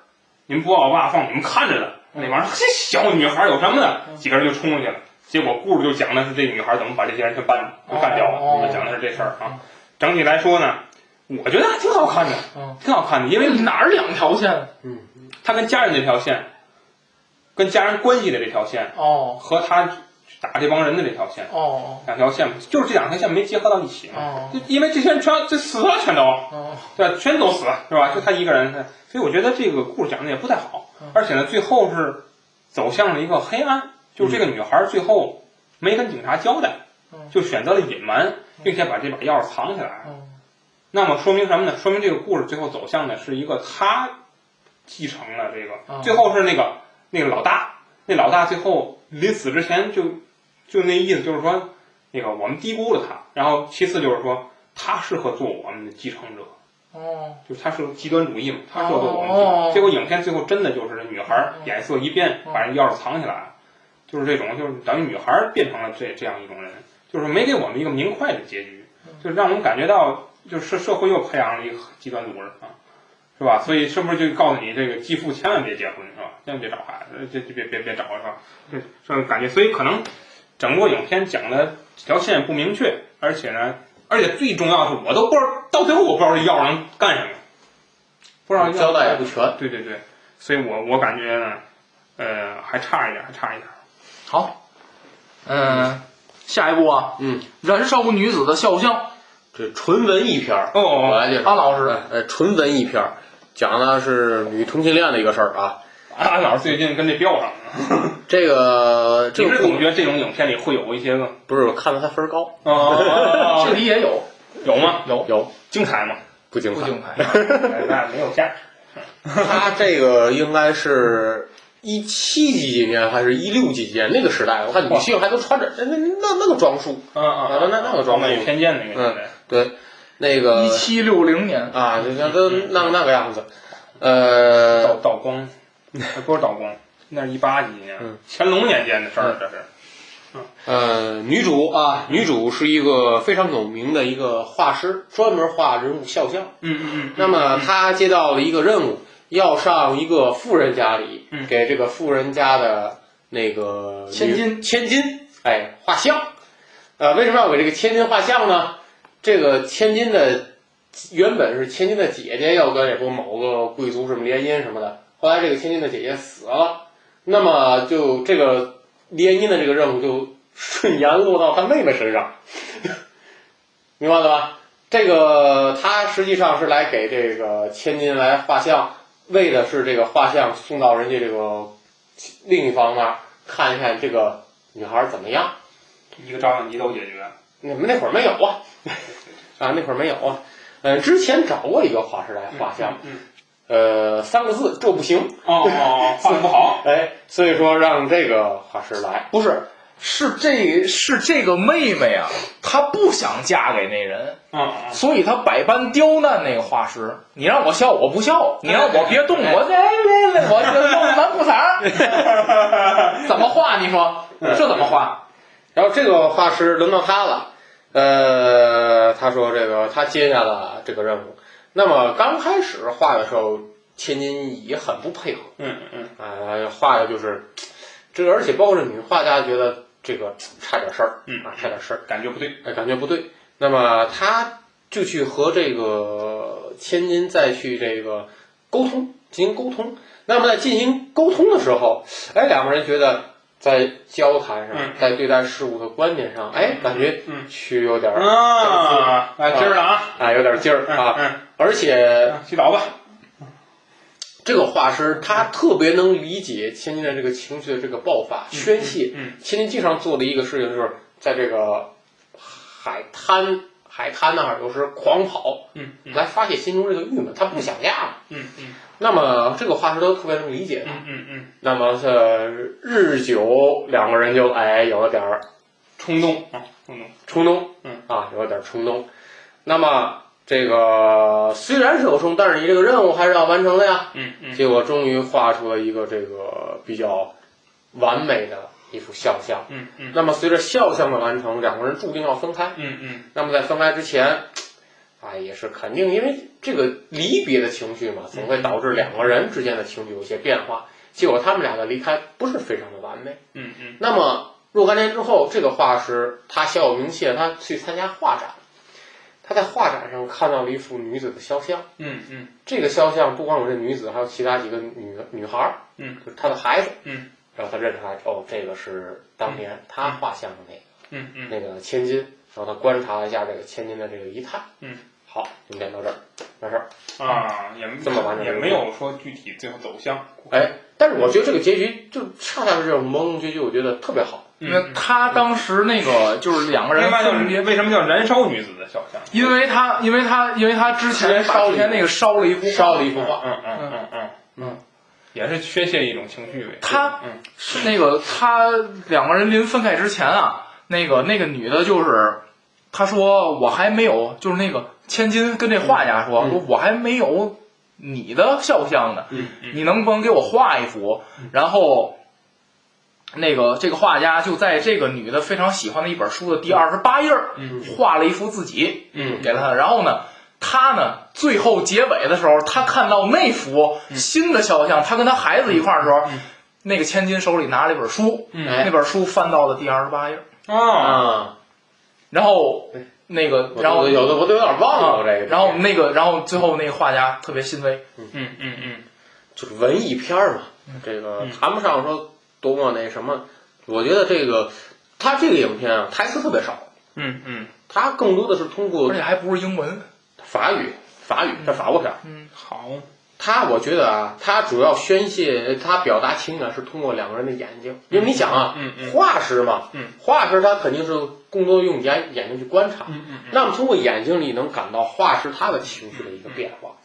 Speaker 2: 你们不把我爸放，你们看着的。
Speaker 1: 嗯
Speaker 2: 那玩意儿，这小女孩有什么的？几个人就冲过去了。结果故事就讲的是这女孩怎么把这些人全办
Speaker 1: 哦
Speaker 2: 干掉
Speaker 1: 哦
Speaker 2: 了，讲的是这事儿啊。整体来说呢，我觉得还挺好看的
Speaker 1: 嗯，
Speaker 2: 挺好看的，因为
Speaker 1: 哪儿两条线？
Speaker 2: 他跟家人这条线，跟家人关系的这条线，
Speaker 1: 哦
Speaker 2: 和他打这帮人的这条线，
Speaker 1: 哦
Speaker 2: 两条线嘛，就是这两条线没结合到一起嘛。
Speaker 1: 哦
Speaker 2: 就因为这些人全这死了，全都
Speaker 1: 哦
Speaker 2: 对吧？全都死了，是吧？就他一个人，所以我觉得这个故事讲的也不太好
Speaker 1: 嗯，
Speaker 2: 而且呢，最后是走向了一个黑暗，就是这个女孩最后没跟警察交代
Speaker 1: 嗯，
Speaker 2: 就选择了隐瞒，并且把这把钥匙藏起来。
Speaker 1: 哦
Speaker 2: 那么说明什么呢？说明这个故事最后走向的是一个他继承了这
Speaker 1: 嗯
Speaker 2: 个，最后是那个那个老大，那老大最后临死之前就就那意思就是说，那个我们低估了他，然后其次就是说他适合做我们的继承者，
Speaker 1: 哦
Speaker 2: 就是他是极端主义嘛，他适合做我们
Speaker 1: 哦
Speaker 2: 的继。结果影片最后真的就是这女孩儿
Speaker 1: 嗯
Speaker 2: 脸色一变，
Speaker 1: 嗯
Speaker 2: 把人钥匙藏起来了，就是这种，就是等于女孩儿变成了这这样一种人，就是没给我们一个明快的结局，
Speaker 1: 嗯
Speaker 2: 就是让我们感觉到，就是社社会又培养了一个极端主义啊，是吧？所以是不是就告诉你，这个继父千万别结婚，是吧？千万别找孩子，这这别别别找，是吧？这这种感觉，所以可能整个影片讲的这条线不明确，而且呢，而且最重要的是，我都不知道到最后我不知道这钥匙能干什么，不知道钥匙
Speaker 3: 交代也不全。
Speaker 2: 对对对，所以我我感觉呢，呃，还差一点，还差一点。
Speaker 1: 好，嗯，下一步啊，
Speaker 3: 嗯，
Speaker 1: 燃烧女子的肖像，
Speaker 3: 这纯文艺片儿，我
Speaker 2: 哦
Speaker 3: 来介绍。
Speaker 1: 安老师，
Speaker 3: 呃，纯文艺片儿，讲的是女同性恋的一个事儿啊。
Speaker 2: 哦，安老师最近跟这标上了，
Speaker 3: 这个这
Speaker 2: 你
Speaker 3: 个
Speaker 2: 是
Speaker 3: 故
Speaker 2: 总觉得这种影片里会有一些 个
Speaker 3: 不是我看了他分儿高，
Speaker 2: 哦
Speaker 1: 这里也有，
Speaker 2: 有吗？
Speaker 1: 有
Speaker 3: 有
Speaker 2: 精彩吗？
Speaker 3: 不精
Speaker 1: 不
Speaker 3: 彩。
Speaker 1: 精彩，
Speaker 2: 哎那没有下。
Speaker 3: 他这个应该是一七几几年还是一六几几年那个时代，我看女性还都穿着那那那那个装束。
Speaker 2: 嗯嗯，
Speaker 3: 那那那个装备嗯
Speaker 2: 有偏见那个年
Speaker 3: 对，那个
Speaker 2: 呃
Speaker 1: 一七六零年，
Speaker 3: 啊，就像都那那个样子。
Speaker 2: 代，
Speaker 3: 呃
Speaker 2: 道，道光， 不是道光，那是一八几年，啊
Speaker 3: 嗯
Speaker 2: 乾隆年间的事儿，这是。
Speaker 3: 呃，女主啊，女主是一个非常有名的一个画师，专门画人物肖像。
Speaker 2: 嗯嗯
Speaker 3: 那么她接到了一个任务，要上一个富人家里，
Speaker 2: 嗯
Speaker 3: 给这个富人家的那个女
Speaker 1: 千金
Speaker 3: 千金，哎，画像。呃，为什么要给这个千金画像呢？这个千金的原本是千金的姐姐要跟也不某个贵族什么联姻什么的，后来这个千金的姐姐死了，那么就这个联姻的这个任务就顺延落到她妹妹身上， 明白了吧？这个她实际上是来给这个千金来画像，为的是这个画像送到人家这个另一方那儿看一看这个女孩儿怎么样。
Speaker 2: 嗯，一个照相机都解决。
Speaker 3: 你们那会儿没有啊？ 啊，那会儿没有啊。呃，之前找过一个画师来画像，
Speaker 2: 嗯，
Speaker 3: 呃，三个字，这不行。
Speaker 2: 哦哦哦，画的不好。
Speaker 3: 哎，所以说让这个画师来，不是
Speaker 1: 是这是这个妹妹啊，她不想嫁给那人，
Speaker 2: 嗯，
Speaker 1: 所以她百般刁难那个画师。你让我笑，我不笑；你让我别动，
Speaker 3: 哎
Speaker 1: 我这我这露男裤衩
Speaker 2: 啊
Speaker 1: 儿，怎么画？你说
Speaker 3: 嗯
Speaker 1: 这怎么画？
Speaker 3: 然后这个画师轮到他了，呃，他说这个他接下了这个任务。那么刚开始画的时候，千金也很不配合，
Speaker 2: 嗯嗯
Speaker 3: 呃，画的就是这个，而且包括这女画家觉得这个差点事儿，
Speaker 2: 嗯
Speaker 3: 啊，差点事儿，
Speaker 2: 感觉不对，
Speaker 3: 哎，感觉不对。那么他就去和这个千金再去这个沟通，进行沟通。那么在进行沟通的时候，哎，两个人觉得在交谈上，
Speaker 2: 嗯
Speaker 3: 在对待事物的观点上，哎，感觉
Speaker 2: 嗯
Speaker 3: 去有点儿，
Speaker 2: 啊，哎，知道啊，
Speaker 3: 哎，有点劲儿
Speaker 2: 嗯
Speaker 3: 啊。
Speaker 2: 嗯
Speaker 3: 而且
Speaker 2: 嗯，去找吧，
Speaker 3: 这个画师他特别能理解千金的这个情绪的这个爆发、宣泄。
Speaker 2: 嗯
Speaker 3: 千金经常做的一个事情就是在这个海滩海滩那儿有时狂跑，
Speaker 2: 嗯嗯
Speaker 3: 来发泄心中这个郁闷，他不想嫁了。
Speaker 2: 嗯嗯
Speaker 3: 那么这个画师都特别能理解他。
Speaker 2: 嗯嗯嗯，
Speaker 3: 那么呃，日久两个人就哎有了点儿
Speaker 2: 冲动啊，冲动，
Speaker 3: 冲动，
Speaker 2: 嗯
Speaker 3: 啊，有了点儿冲动。那么这个虽然是有冲，但是你这个任务还是要完成的呀。
Speaker 2: 嗯嗯
Speaker 3: 结果终于画出了一个这个比较完美的一幅肖像。
Speaker 2: 嗯嗯
Speaker 3: 那么随着肖像的完成，两个人注定要分开。
Speaker 2: 嗯嗯，
Speaker 3: 那么在分开之前，哎，也是肯定，因为这个离别的情绪嘛，总会导致两个人之间的情绪有些变化。结果他们俩的离开不是非常的完美。
Speaker 2: 嗯嗯
Speaker 3: 那么若干年之后，这个画师他小有名气了，他去参加画展，他在画展上看到了一幅女子的肖像。
Speaker 2: 嗯嗯
Speaker 3: 这个肖像不光有这女子，还有其他几个女女孩儿，
Speaker 2: 嗯，
Speaker 3: 就是他的孩子，
Speaker 2: 嗯，
Speaker 3: 然后他认出来，哦，这个是当年他画像的那个。
Speaker 2: 嗯嗯
Speaker 3: 那个千金，然后他观察了一下这个千金的这个仪态。
Speaker 2: 嗯，
Speaker 3: 好，就练到这儿，完事儿。
Speaker 2: 啊，也
Speaker 3: 这么完整
Speaker 2: 也没有说具体最后走向，
Speaker 3: 哎，但是我觉得这个结局就恰恰是这种朦胧结局，我觉得特别好。
Speaker 2: 嗯
Speaker 1: 那他当时那个就是两个人
Speaker 2: 另外叫
Speaker 1: 分别
Speaker 2: 为什么叫燃烧女子的肖像？
Speaker 1: 因为他，因为他，因为他之前
Speaker 3: 烧了一
Speaker 1: 之前那个烧了一幅画，
Speaker 3: 烧了一幅画，
Speaker 2: 嗯嗯嗯嗯嗯，也是宣泄一种情绪呗。
Speaker 1: 他
Speaker 2: 嗯
Speaker 1: 是那个他两个人临分开之前啊，那个那个女的就是，她说我还没有，就是那个千金跟这画家说，
Speaker 3: 嗯
Speaker 1: 说我还没有你的肖像呢，
Speaker 3: 嗯
Speaker 1: 你能不能给我画一幅？然后。那个这个画家就在这个女的非常喜欢的一本书的第二十八页儿
Speaker 2: 嗯
Speaker 1: 画了一幅自己，
Speaker 3: 嗯
Speaker 1: 给了他。然后呢，他呢，最后结尾的时候，他看到那幅
Speaker 3: 嗯
Speaker 1: 新的肖像，他跟他孩子一块儿的时候，那个千金手里拿了一本书，
Speaker 3: 哎
Speaker 1: 那本书翻到了第二十八页，
Speaker 2: 嗯啊，
Speaker 3: 啊，
Speaker 1: 然后
Speaker 3: 对
Speaker 1: 那个，
Speaker 3: 哎我
Speaker 1: 然后
Speaker 3: 我有的我都有点忘
Speaker 1: 啊
Speaker 3: 了这个。
Speaker 1: 然后那个，然后最后那个画家特别欣慰，
Speaker 2: 嗯嗯嗯
Speaker 3: 就是文艺片儿嘛，这个谈不上说多么那什么，我觉得这个他这个影片啊，台词特别少，
Speaker 2: 嗯嗯
Speaker 3: 他更多的是通过
Speaker 1: 而且还不是英文，
Speaker 3: 法语，法语，这法国片儿。
Speaker 2: 嗯，好，
Speaker 3: 他我觉得啊，他主要宣泄，呃他表达情感是通过两个人的眼睛，因为你想啊，
Speaker 2: 嗯嗯
Speaker 3: 画师嘛，
Speaker 2: 嗯，
Speaker 3: 画师他肯定是更多用眼眼睛去观察，
Speaker 2: 嗯嗯
Speaker 3: 那么通过眼睛里能感到画师他的情绪的一个变化。
Speaker 2: 嗯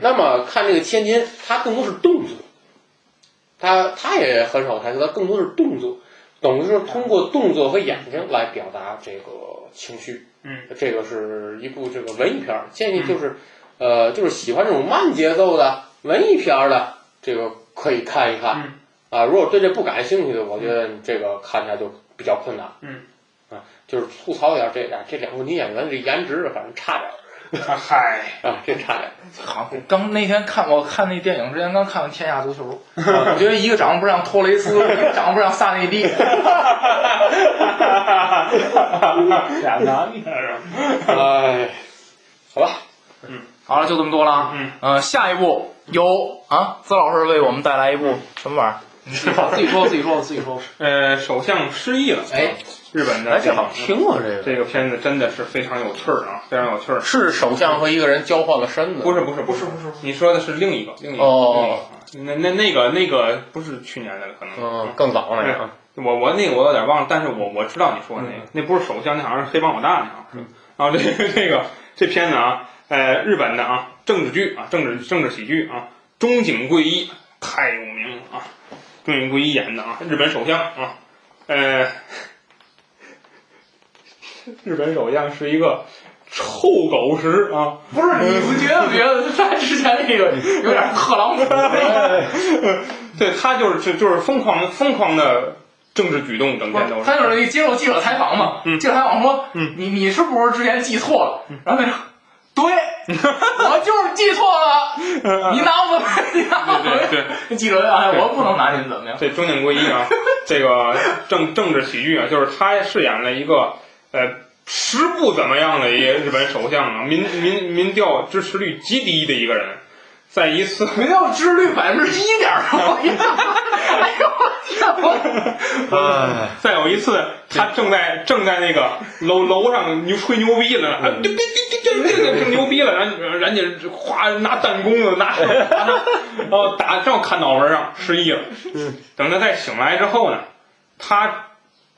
Speaker 3: 那么看这个千金，他更多是动作，他他也很少台词，他更多是动作，等于是通过动作和眼睛来表达这个情绪。
Speaker 2: 嗯，
Speaker 3: 这个是一部这个文艺片儿，建议就是，呃，就是喜欢这种慢节奏的文艺片儿的，这个可以看一看。
Speaker 2: 嗯
Speaker 3: 啊，如果对这不感兴趣的，我觉得你这个看起来就比较困难。
Speaker 2: 嗯，
Speaker 3: 啊，就是吐槽一下这俩这两个女演员这颜值，反正差点儿
Speaker 2: 啊嗨，
Speaker 3: 啊，这差点儿。
Speaker 1: 好，刚那天看我看那电影之前刚看完《天下足球》我觉得一个长得不像托雷斯，一个长得不像萨内蒂，
Speaker 2: 俩男的是吧？
Speaker 3: 哎，好吧，
Speaker 1: 好了，就这么多了啊。
Speaker 2: 嗯，
Speaker 1: 呃，下一步由啊，子老师为我们带来一部什么玩意儿？你自己说，自己说，自己说，自 己说。
Speaker 2: 呃，首相失忆了，嗯
Speaker 3: 哎，
Speaker 2: 日本的
Speaker 3: 哎，这好听啊，这个
Speaker 2: 这个片子真的是非常有趣儿啊，非常有趣儿。
Speaker 3: 是首相和一个人交换了身子，
Speaker 2: 不是不是不是不是，你说的是另一个另一个
Speaker 3: 哦
Speaker 2: 另一个那那那个那个不是去年的了，可能
Speaker 3: 嗯，更早那个，
Speaker 2: 我我那个我有点忘了，但是我我知道你说的那个，那不是首相，那好像是黑帮老大那样。然后这个这个这片子啊，呃，日本的啊政治剧啊，政治政治喜剧啊，中井贵一太有名了啊，中井贵一演的啊，日本首相啊，呃， 日本首相是一个臭狗食啊，
Speaker 1: 不是，你不觉得不觉得他之前那个有点特朗普 那个？
Speaker 2: 对他就是就就是疯狂疯狂的政治举动，整天都是。
Speaker 1: 他就是那接受记者采访嘛，
Speaker 2: 嗯
Speaker 1: 记者采访说，
Speaker 2: 嗯
Speaker 1: 你你是不是之前记错了？然后他说，嗯 对，我就是记错 了，你拿我，你拿我。
Speaker 2: 对对
Speaker 1: 对，记者哎，我不能拿您怎么样？
Speaker 2: 这中井贵一啊，这个政政治喜剧啊，就是他饰演了一个呃实不怎么样的一个日本首相啊，民民民调支持率极低的一个人，在一次
Speaker 1: 民调支持率百分之一点六， 哎呦我天！我
Speaker 3: 哎，
Speaker 2: 再有一次，他正在正在那个楼楼上牛吹牛逼了，啊，就别别别别别牛逼了，然后人家哗拿弹弓子拿 拿拿，然后打正砍脑门上失忆了。等他再醒来之后呢，他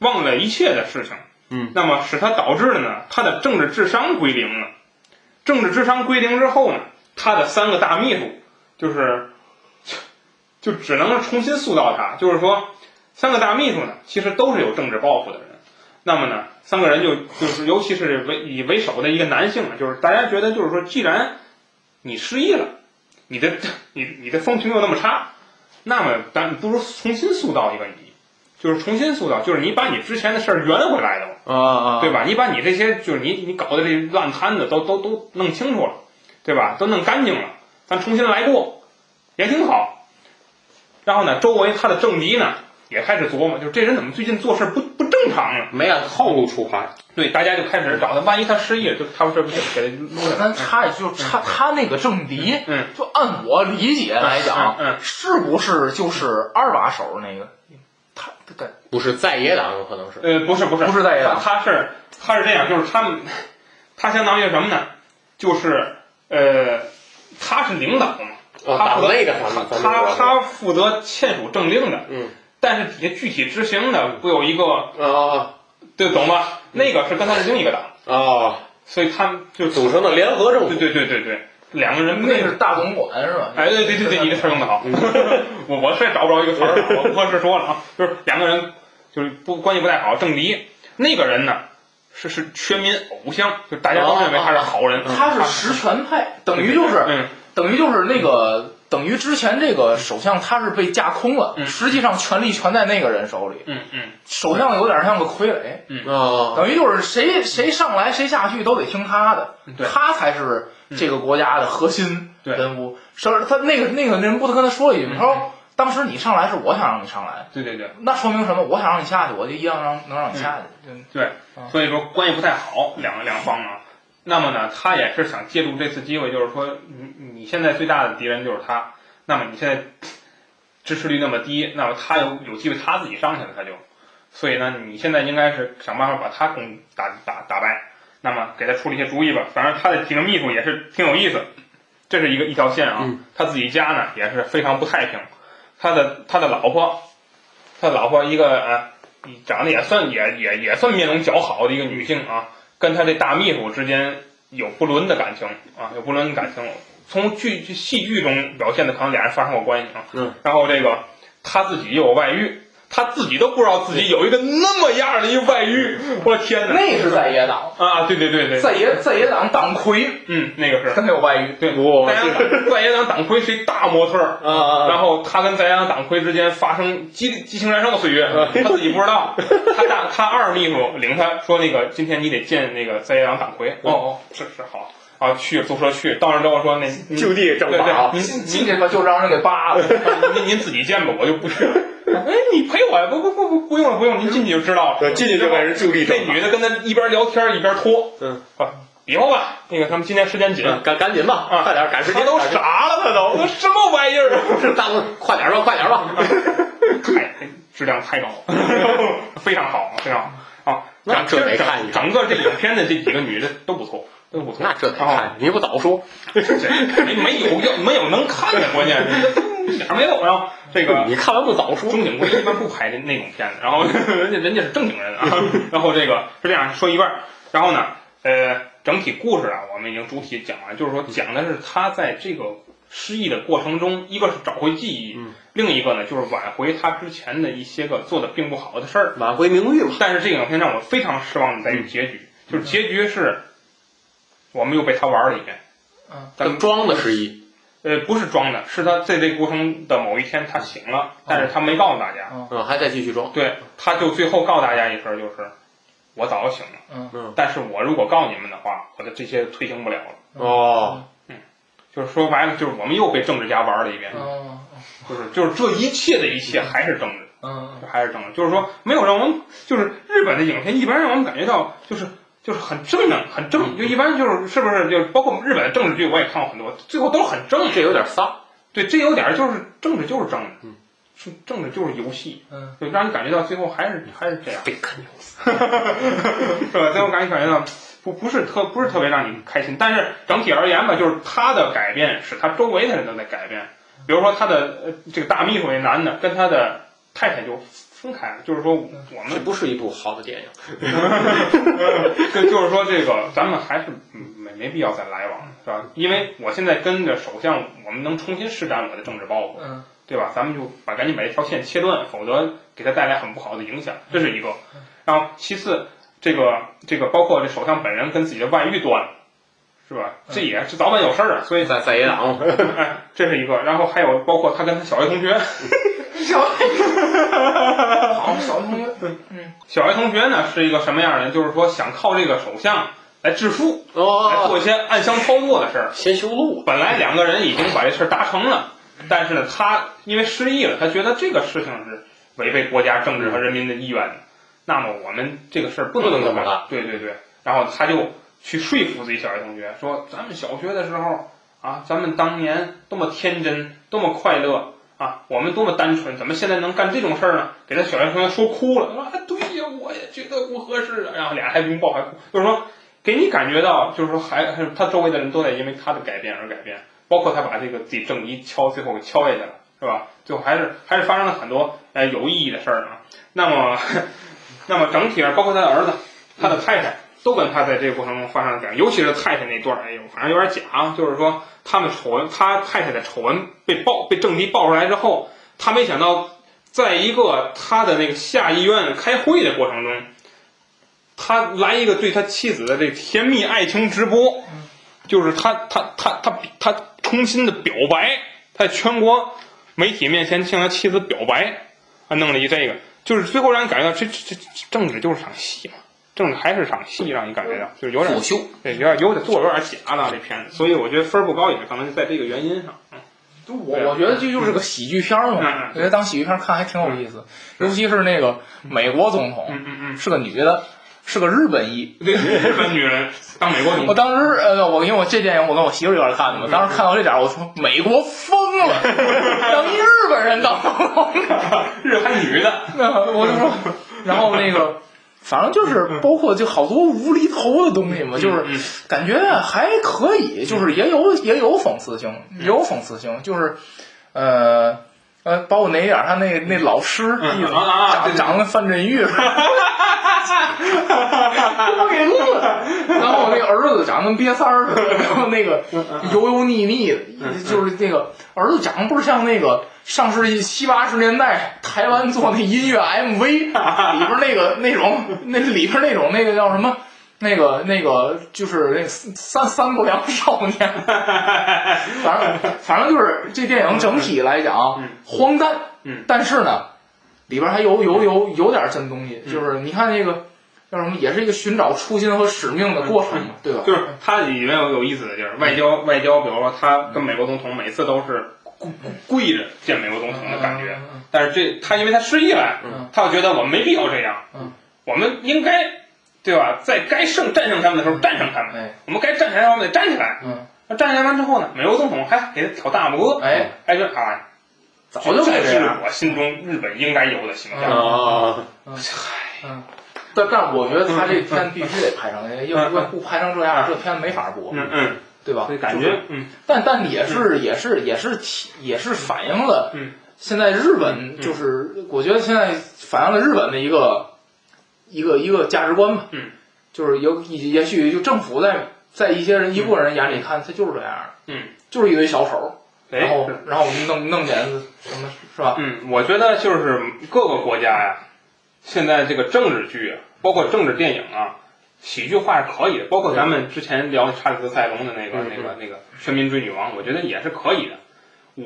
Speaker 2: 忘了一切的事情。
Speaker 3: 嗯，
Speaker 2: 那么使他导致的呢，他的政治智商归零了。政治智商归零之后呢，他的三个大秘书就是就只能重新塑造他，就是说。三个大秘书呢，其实都是有政治抱负的人。那么呢，三个人就就是，尤其是为以为首的一个男性呢，就是大家觉得就是说，既然你失忆了，你的你你的风评又那么差，那么咱不如重新塑造一个你，就是重新塑造，就是你把你之前的事儿圆回来的嘛。
Speaker 3: 啊啊，
Speaker 2: 对吧？你把你这些就是你你搞的这烂摊子都都都弄清楚了，对吧？都弄干净了，咱重新来过，也挺好。然后呢，周围他的政敌呢也开始琢磨，就是这人怎么最近做事不不正常呢？
Speaker 3: 没按套路出牌，
Speaker 2: 对，大家就开始找他，万一他失忆了，就他这不就给他撸了？
Speaker 1: 咱插一句，就插他那个政敌，
Speaker 2: 嗯，
Speaker 1: 就按我理解来讲，
Speaker 2: 嗯嗯
Speaker 1: 是不是就是二把手那个？他对，
Speaker 3: 不是在野党可能是，
Speaker 2: 呃，不是不是
Speaker 1: 不是在野党
Speaker 2: 他他是他是这样，就是他们他相当于什么呢？就是呃，他是领导嘛，
Speaker 3: 啊，
Speaker 2: 他
Speaker 3: 党
Speaker 2: 负责
Speaker 3: 内的反正反
Speaker 2: 他
Speaker 3: 正
Speaker 2: 他负责签署政令的，
Speaker 3: 嗯，
Speaker 2: 但是底下具体执行的不有一个，
Speaker 3: 啊
Speaker 2: 对，懂吧？那个是跟他是另一个党，
Speaker 3: 啊啊，
Speaker 2: 所以他们就
Speaker 3: 组成的联合政
Speaker 2: 对
Speaker 3: 府，
Speaker 2: 对对对哎对，两个人不
Speaker 1: 那是大总管是吧？
Speaker 2: 哎，对对对对，你这词儿用的好， 我我是也找不着一个词儿了，我不合适说了啊。就是两个人就是不关系不太好，政敌那个人呢是是全民偶像，就大家都认为他是好人，
Speaker 1: 嗯他是实权派，等于就是
Speaker 2: 嗯
Speaker 1: 等于就是那个，等于之前这个首相他是被架空了，
Speaker 2: 嗯
Speaker 1: 实际上权力全在那个人手里，
Speaker 2: 嗯嗯
Speaker 1: 首相有点像个傀儡，
Speaker 3: 啊，
Speaker 1: 等于就是谁谁上来谁下去都得听他的，
Speaker 2: 对嗯
Speaker 1: 他才是这个国家的核心
Speaker 2: 对
Speaker 1: 人物。是他那个那个人不都跟他说了一句吗，
Speaker 2: 嗯
Speaker 1: 他说当时你上来是我想让你上来，
Speaker 2: 对对对。
Speaker 1: 那说明什么？我想让你下去，我就一样让能让你下去。嗯
Speaker 2: 对，所以说关系不太好，两个两方啊。那么呢，他也是想借助这次机会，就是说，你你现在最大的敌人就是他，那么你现在支持率那么低，那么他有有机会他自己上去了，他就，所以呢，你现在应该是想办法把他攻打打打败，那么给他出了一些主意吧。反正他的几个秘书也是挺有意思，这是一个一条线啊。
Speaker 3: 嗯
Speaker 2: 他自己家呢也是非常不太平，他的他的老婆，他的老婆一个呃长得也算也也也算面容姣好的一个女性啊，跟她这大秘书之间有不伦的感情啊，有不伦的感情。从剧剧戏剧中表现的，可能俩人发生过关系啊。
Speaker 3: 嗯。
Speaker 2: 然后这个她自己又有外遇，她自己都不知道自己有一个那么样的一个外遇，
Speaker 3: 嗯
Speaker 2: 我天哪！
Speaker 1: 那是在野党，
Speaker 2: 啊，对对对对，
Speaker 1: 在野在野党党魁
Speaker 2: 嗯，那个是
Speaker 1: 跟他有外遇，
Speaker 2: 对。
Speaker 3: 我
Speaker 2: 在野在野党党魁是一大模特儿，
Speaker 3: 啊啊啊
Speaker 2: 然后他跟在野党党魁之间发生激激情燃烧的岁月，
Speaker 3: 啊
Speaker 2: 他自己不知道。他大他二秘书领他说那个今天你得见那个在野党党魁。哦哦，是是好啊，去宿舍去，到那之后说那您
Speaker 3: 就地正
Speaker 2: 对
Speaker 3: 法
Speaker 2: 对，
Speaker 3: 啊，
Speaker 2: 您
Speaker 1: 进
Speaker 2: 您
Speaker 1: 进去吧就让人给扒了。
Speaker 2: 您您自己见吧，我就不去了。哎，你陪我呀？不不不不不用了不用了，您进去就知道了。
Speaker 3: 对，进去就给人就地
Speaker 2: 那
Speaker 3: 正法
Speaker 2: 女，的跟他一边聊天一边拖，
Speaker 3: 嗯
Speaker 2: 啊，别吧，那个他们今天时间紧，
Speaker 3: 嗯赶赶紧吧，
Speaker 2: 啊
Speaker 3: 快点赶时
Speaker 2: 他
Speaker 3: 间，
Speaker 2: 都
Speaker 3: 赶时间
Speaker 2: 傻了，他都什么玩意儿啊？
Speaker 3: 大哥，快点吧，快点吧。
Speaker 2: 太质量太高，非常好，非常好啊！
Speaker 3: 那
Speaker 2: 整
Speaker 3: 这得
Speaker 2: 整
Speaker 3: 看一看
Speaker 2: 整个这影片的这几个女的都不错，都不错。
Speaker 3: 那这得看，你不早说，
Speaker 2: 这没没有要没有能看的，关键是 哪儿没有。然后这个
Speaker 3: 你看完不早说，
Speaker 2: 中景贵一般不拍那那种片子，然后 人家人家是正经人啊。然后这个是这样说一半儿，然后呢，呃，整体故事啊，我们已经主体讲完，就是说讲的是他在这个失忆的过程中，一个是找回记忆，
Speaker 3: 嗯
Speaker 2: 另一个呢就是挽回他之前的一些个做的并不好的事儿。
Speaker 3: 挽回名誉嘛。
Speaker 2: 但是这个影片让我非常失望的在于结局，就是结局是，我们又被他玩了一遍。嗯
Speaker 3: 他装的失忆，
Speaker 2: 呃，不是装的，是他在这过程的某一天他醒了，但是他没告诉大家。
Speaker 3: 嗯，还在继续装，
Speaker 2: 对，他就最后告大家一声，就是我早就醒了，
Speaker 3: 嗯，
Speaker 2: 但是我如果告你们的话，我的这些推行不了了。
Speaker 3: 哦，
Speaker 2: 就是说白了，就是我们又被政治家玩了一遍，
Speaker 3: 嗯
Speaker 1: 哦，
Speaker 2: 就是就是这一切的一切还是政治。
Speaker 1: 嗯，
Speaker 2: 还是正的，就是说没有让我们，就是日本的影片一般让我们感觉到就是就是很正能，很
Speaker 3: 嗯
Speaker 2: 正，就一般就是是不是就包括日本的政治剧我也看过很多，最后都是很正
Speaker 3: 嗯这
Speaker 2: 的。
Speaker 3: 有点丧，
Speaker 2: 对，这有点儿就是政治就是正的，
Speaker 3: 嗯
Speaker 2: 是政治就是游戏，
Speaker 1: 嗯，
Speaker 2: 就让你感觉到最后还是还是这样，
Speaker 3: 被哎看见
Speaker 2: 是吧？最后感觉感觉到。不不是特不是特别让你开心，但是整体而言吧，就是他的改变使他周围的人都在改变。比如说他的呃这个大秘书那男的跟他的太太就分开了，就是说我们
Speaker 3: 这不是一部好的电影，
Speaker 2: 就就是说，这个咱们还是嗯没没必要再来往了，是吧？因为我现在跟着首相，我们能重新施展我的政治抱负，
Speaker 1: 嗯，
Speaker 2: 对吧？咱们就把赶紧把这条线切断，否则给他带来很不好的影响，这是一个。然后其次，这个这个包括这首相本人跟自己的外遇断，是吧？这也是早晚有事儿啊，所以
Speaker 3: 在在野党，
Speaker 2: 哎，这是一个。然后还有包括他跟他小学同学，
Speaker 1: 小好小同学，
Speaker 2: 小学同学呢是一个什么样的人？就是说想靠这个首相来致富，来
Speaker 3: 哦，
Speaker 2: 做一些暗箱操作的事儿。
Speaker 3: 先修路，
Speaker 2: 本来两个人已经把这事儿达成了，但是呢，他因为失忆了，他觉得这个事情是违背国家政治和人民的意愿的。那么我们这个事儿不能
Speaker 3: 不能这么
Speaker 2: 干
Speaker 3: 干。
Speaker 2: 对对对，然后他就去说服自己小学同学说：“咱们小学的时候啊，咱们当年多么天真，多么快乐啊，我们多么单纯，怎么现在能干这种事儿呢？”给他小学同学说哭了，他说：“啊，对呀，我也觉得不合适啊。”然后俩人还拥抱还哭，就是说给你感觉到，就是说还还是他周围的人都在因为他的改变而改变，包括他把这个自己正一敲，最后给敲下去了，是吧？最后还是还是发生了很多呃有意义的事儿啊。那么，那么整体上包括他的儿子、他的太太都跟他在这个过程中发生了改变，尤其是太太那段儿，哎呦，反正有点假啊，就是说他们丑闻，他太太的丑闻被爆被政敌爆出来之后，他没想到在一个他的那个下议院开会的过程中。他来一个对他妻子的这甜蜜爱情直播，就是他他他他他重新的表白，他在全国媒体面前向他妻子表白，啊，弄了一这个，就是最后让你感觉到这这这这政治就是场戏嘛，政治还是场戏，让你感觉到就是有点
Speaker 3: 作秀，
Speaker 2: 对，有点有点做得有点假了这片子，所以我觉得分儿不高也是可能在这个原因上。嗯
Speaker 1: 就我我觉得这就是个喜剧片儿嘛
Speaker 2: 嗯，
Speaker 1: 我觉得当喜剧片儿看还挺有意思，尤其是那个美国总统
Speaker 2: 嗯嗯
Speaker 1: 是个女的，是个日本裔。
Speaker 2: 嗯，对，日本女人当美国总
Speaker 1: 我
Speaker 2: 统，
Speaker 1: 当时呃，我因为我这电影我跟我媳妇儿一块儿看的
Speaker 2: 嗯
Speaker 1: 嘛，当时看到这点儿，我说美国疯 了，让一日本人当总统，
Speaker 2: 日韩女 的，
Speaker 1: 那 我就说，
Speaker 2: 嗯
Speaker 1: 然后那个，反正就是包括就好多无厘头的东西嘛，就是
Speaker 2: 嗯
Speaker 1: 感觉还可以，就是也有也有讽刺性，
Speaker 2: 嗯
Speaker 1: 也有讽刺性，就是呃呃，包括哪一点儿他那那老师
Speaker 2: 嗯啊啊啊
Speaker 1: 长
Speaker 2: 对对
Speaker 1: 长得范振钰似的，我给乐了。然后我那个儿子长得跟瘪三儿似 的，然后那个油油腻腻的，
Speaker 2: 嗯
Speaker 1: 就是那个儿子长得不是像那个上世纪七八十年代台湾做那音乐 MV 里边那个那种那里边那种那个叫什么？那个那个就是那三三不良 少年，反正反正就是这电影整体来讲
Speaker 2: 嗯
Speaker 1: 荒诞，
Speaker 2: 嗯
Speaker 1: 但是呢，里边还有有有有点真东西，
Speaker 2: 嗯
Speaker 1: 就是你看那个叫什么，也是一个寻找初心和使命的过程嘛，对吧？
Speaker 2: 就是他里面有有意思的就是外交外交，比如说他跟美国总统每次都是跪跪着见美国总统的感觉，
Speaker 1: 嗯
Speaker 2: 但是这他因为他失忆了，
Speaker 1: 嗯
Speaker 2: 他就觉得我们没必要这样，
Speaker 1: 嗯
Speaker 2: 我们应该对吧，在该胜战胜他们的时候战胜他们，
Speaker 1: 哎
Speaker 2: 我们该站起来我们得站起来。
Speaker 1: 嗯，
Speaker 2: 那站起来完之后呢，美国总统还给他挑大拇哥，
Speaker 1: 哎，
Speaker 2: 还说啊，
Speaker 1: 早
Speaker 2: 嗯这
Speaker 1: 就该这
Speaker 2: 是
Speaker 1: 样。
Speaker 2: 我心中日本应该有的形象。
Speaker 3: 啊，
Speaker 1: 嗯，但但是我觉得他
Speaker 2: 嗯
Speaker 1: 这片必须得拍成，要不不拍成这样，这片没法播，
Speaker 2: 嗯嗯，
Speaker 1: 对吧
Speaker 2: 所以？感
Speaker 1: 就是
Speaker 2: 觉嗯
Speaker 1: 但但也是也是也是体也是反映了，
Speaker 2: 嗯
Speaker 1: 现在日本就是、我觉得现在反映了日本的一个一个一个价值观吧，
Speaker 2: 嗯，
Speaker 1: 就是有也许就政府在在一些人一部分人眼里看，他就是这样的，
Speaker 2: 嗯，
Speaker 1: 就是一堆小丑，
Speaker 2: 哎
Speaker 1: 然后
Speaker 2: 是
Speaker 1: 然后弄弄点什么是吧？
Speaker 2: 嗯，我觉得就是各个国家呀，现在这个政治剧啊，包括政治电影啊，喜剧化是可以的，包括咱们之前聊查理斯塞隆的那个、
Speaker 3: 嗯
Speaker 2: 那个、那个《全民追女王》，我觉得也是可以的。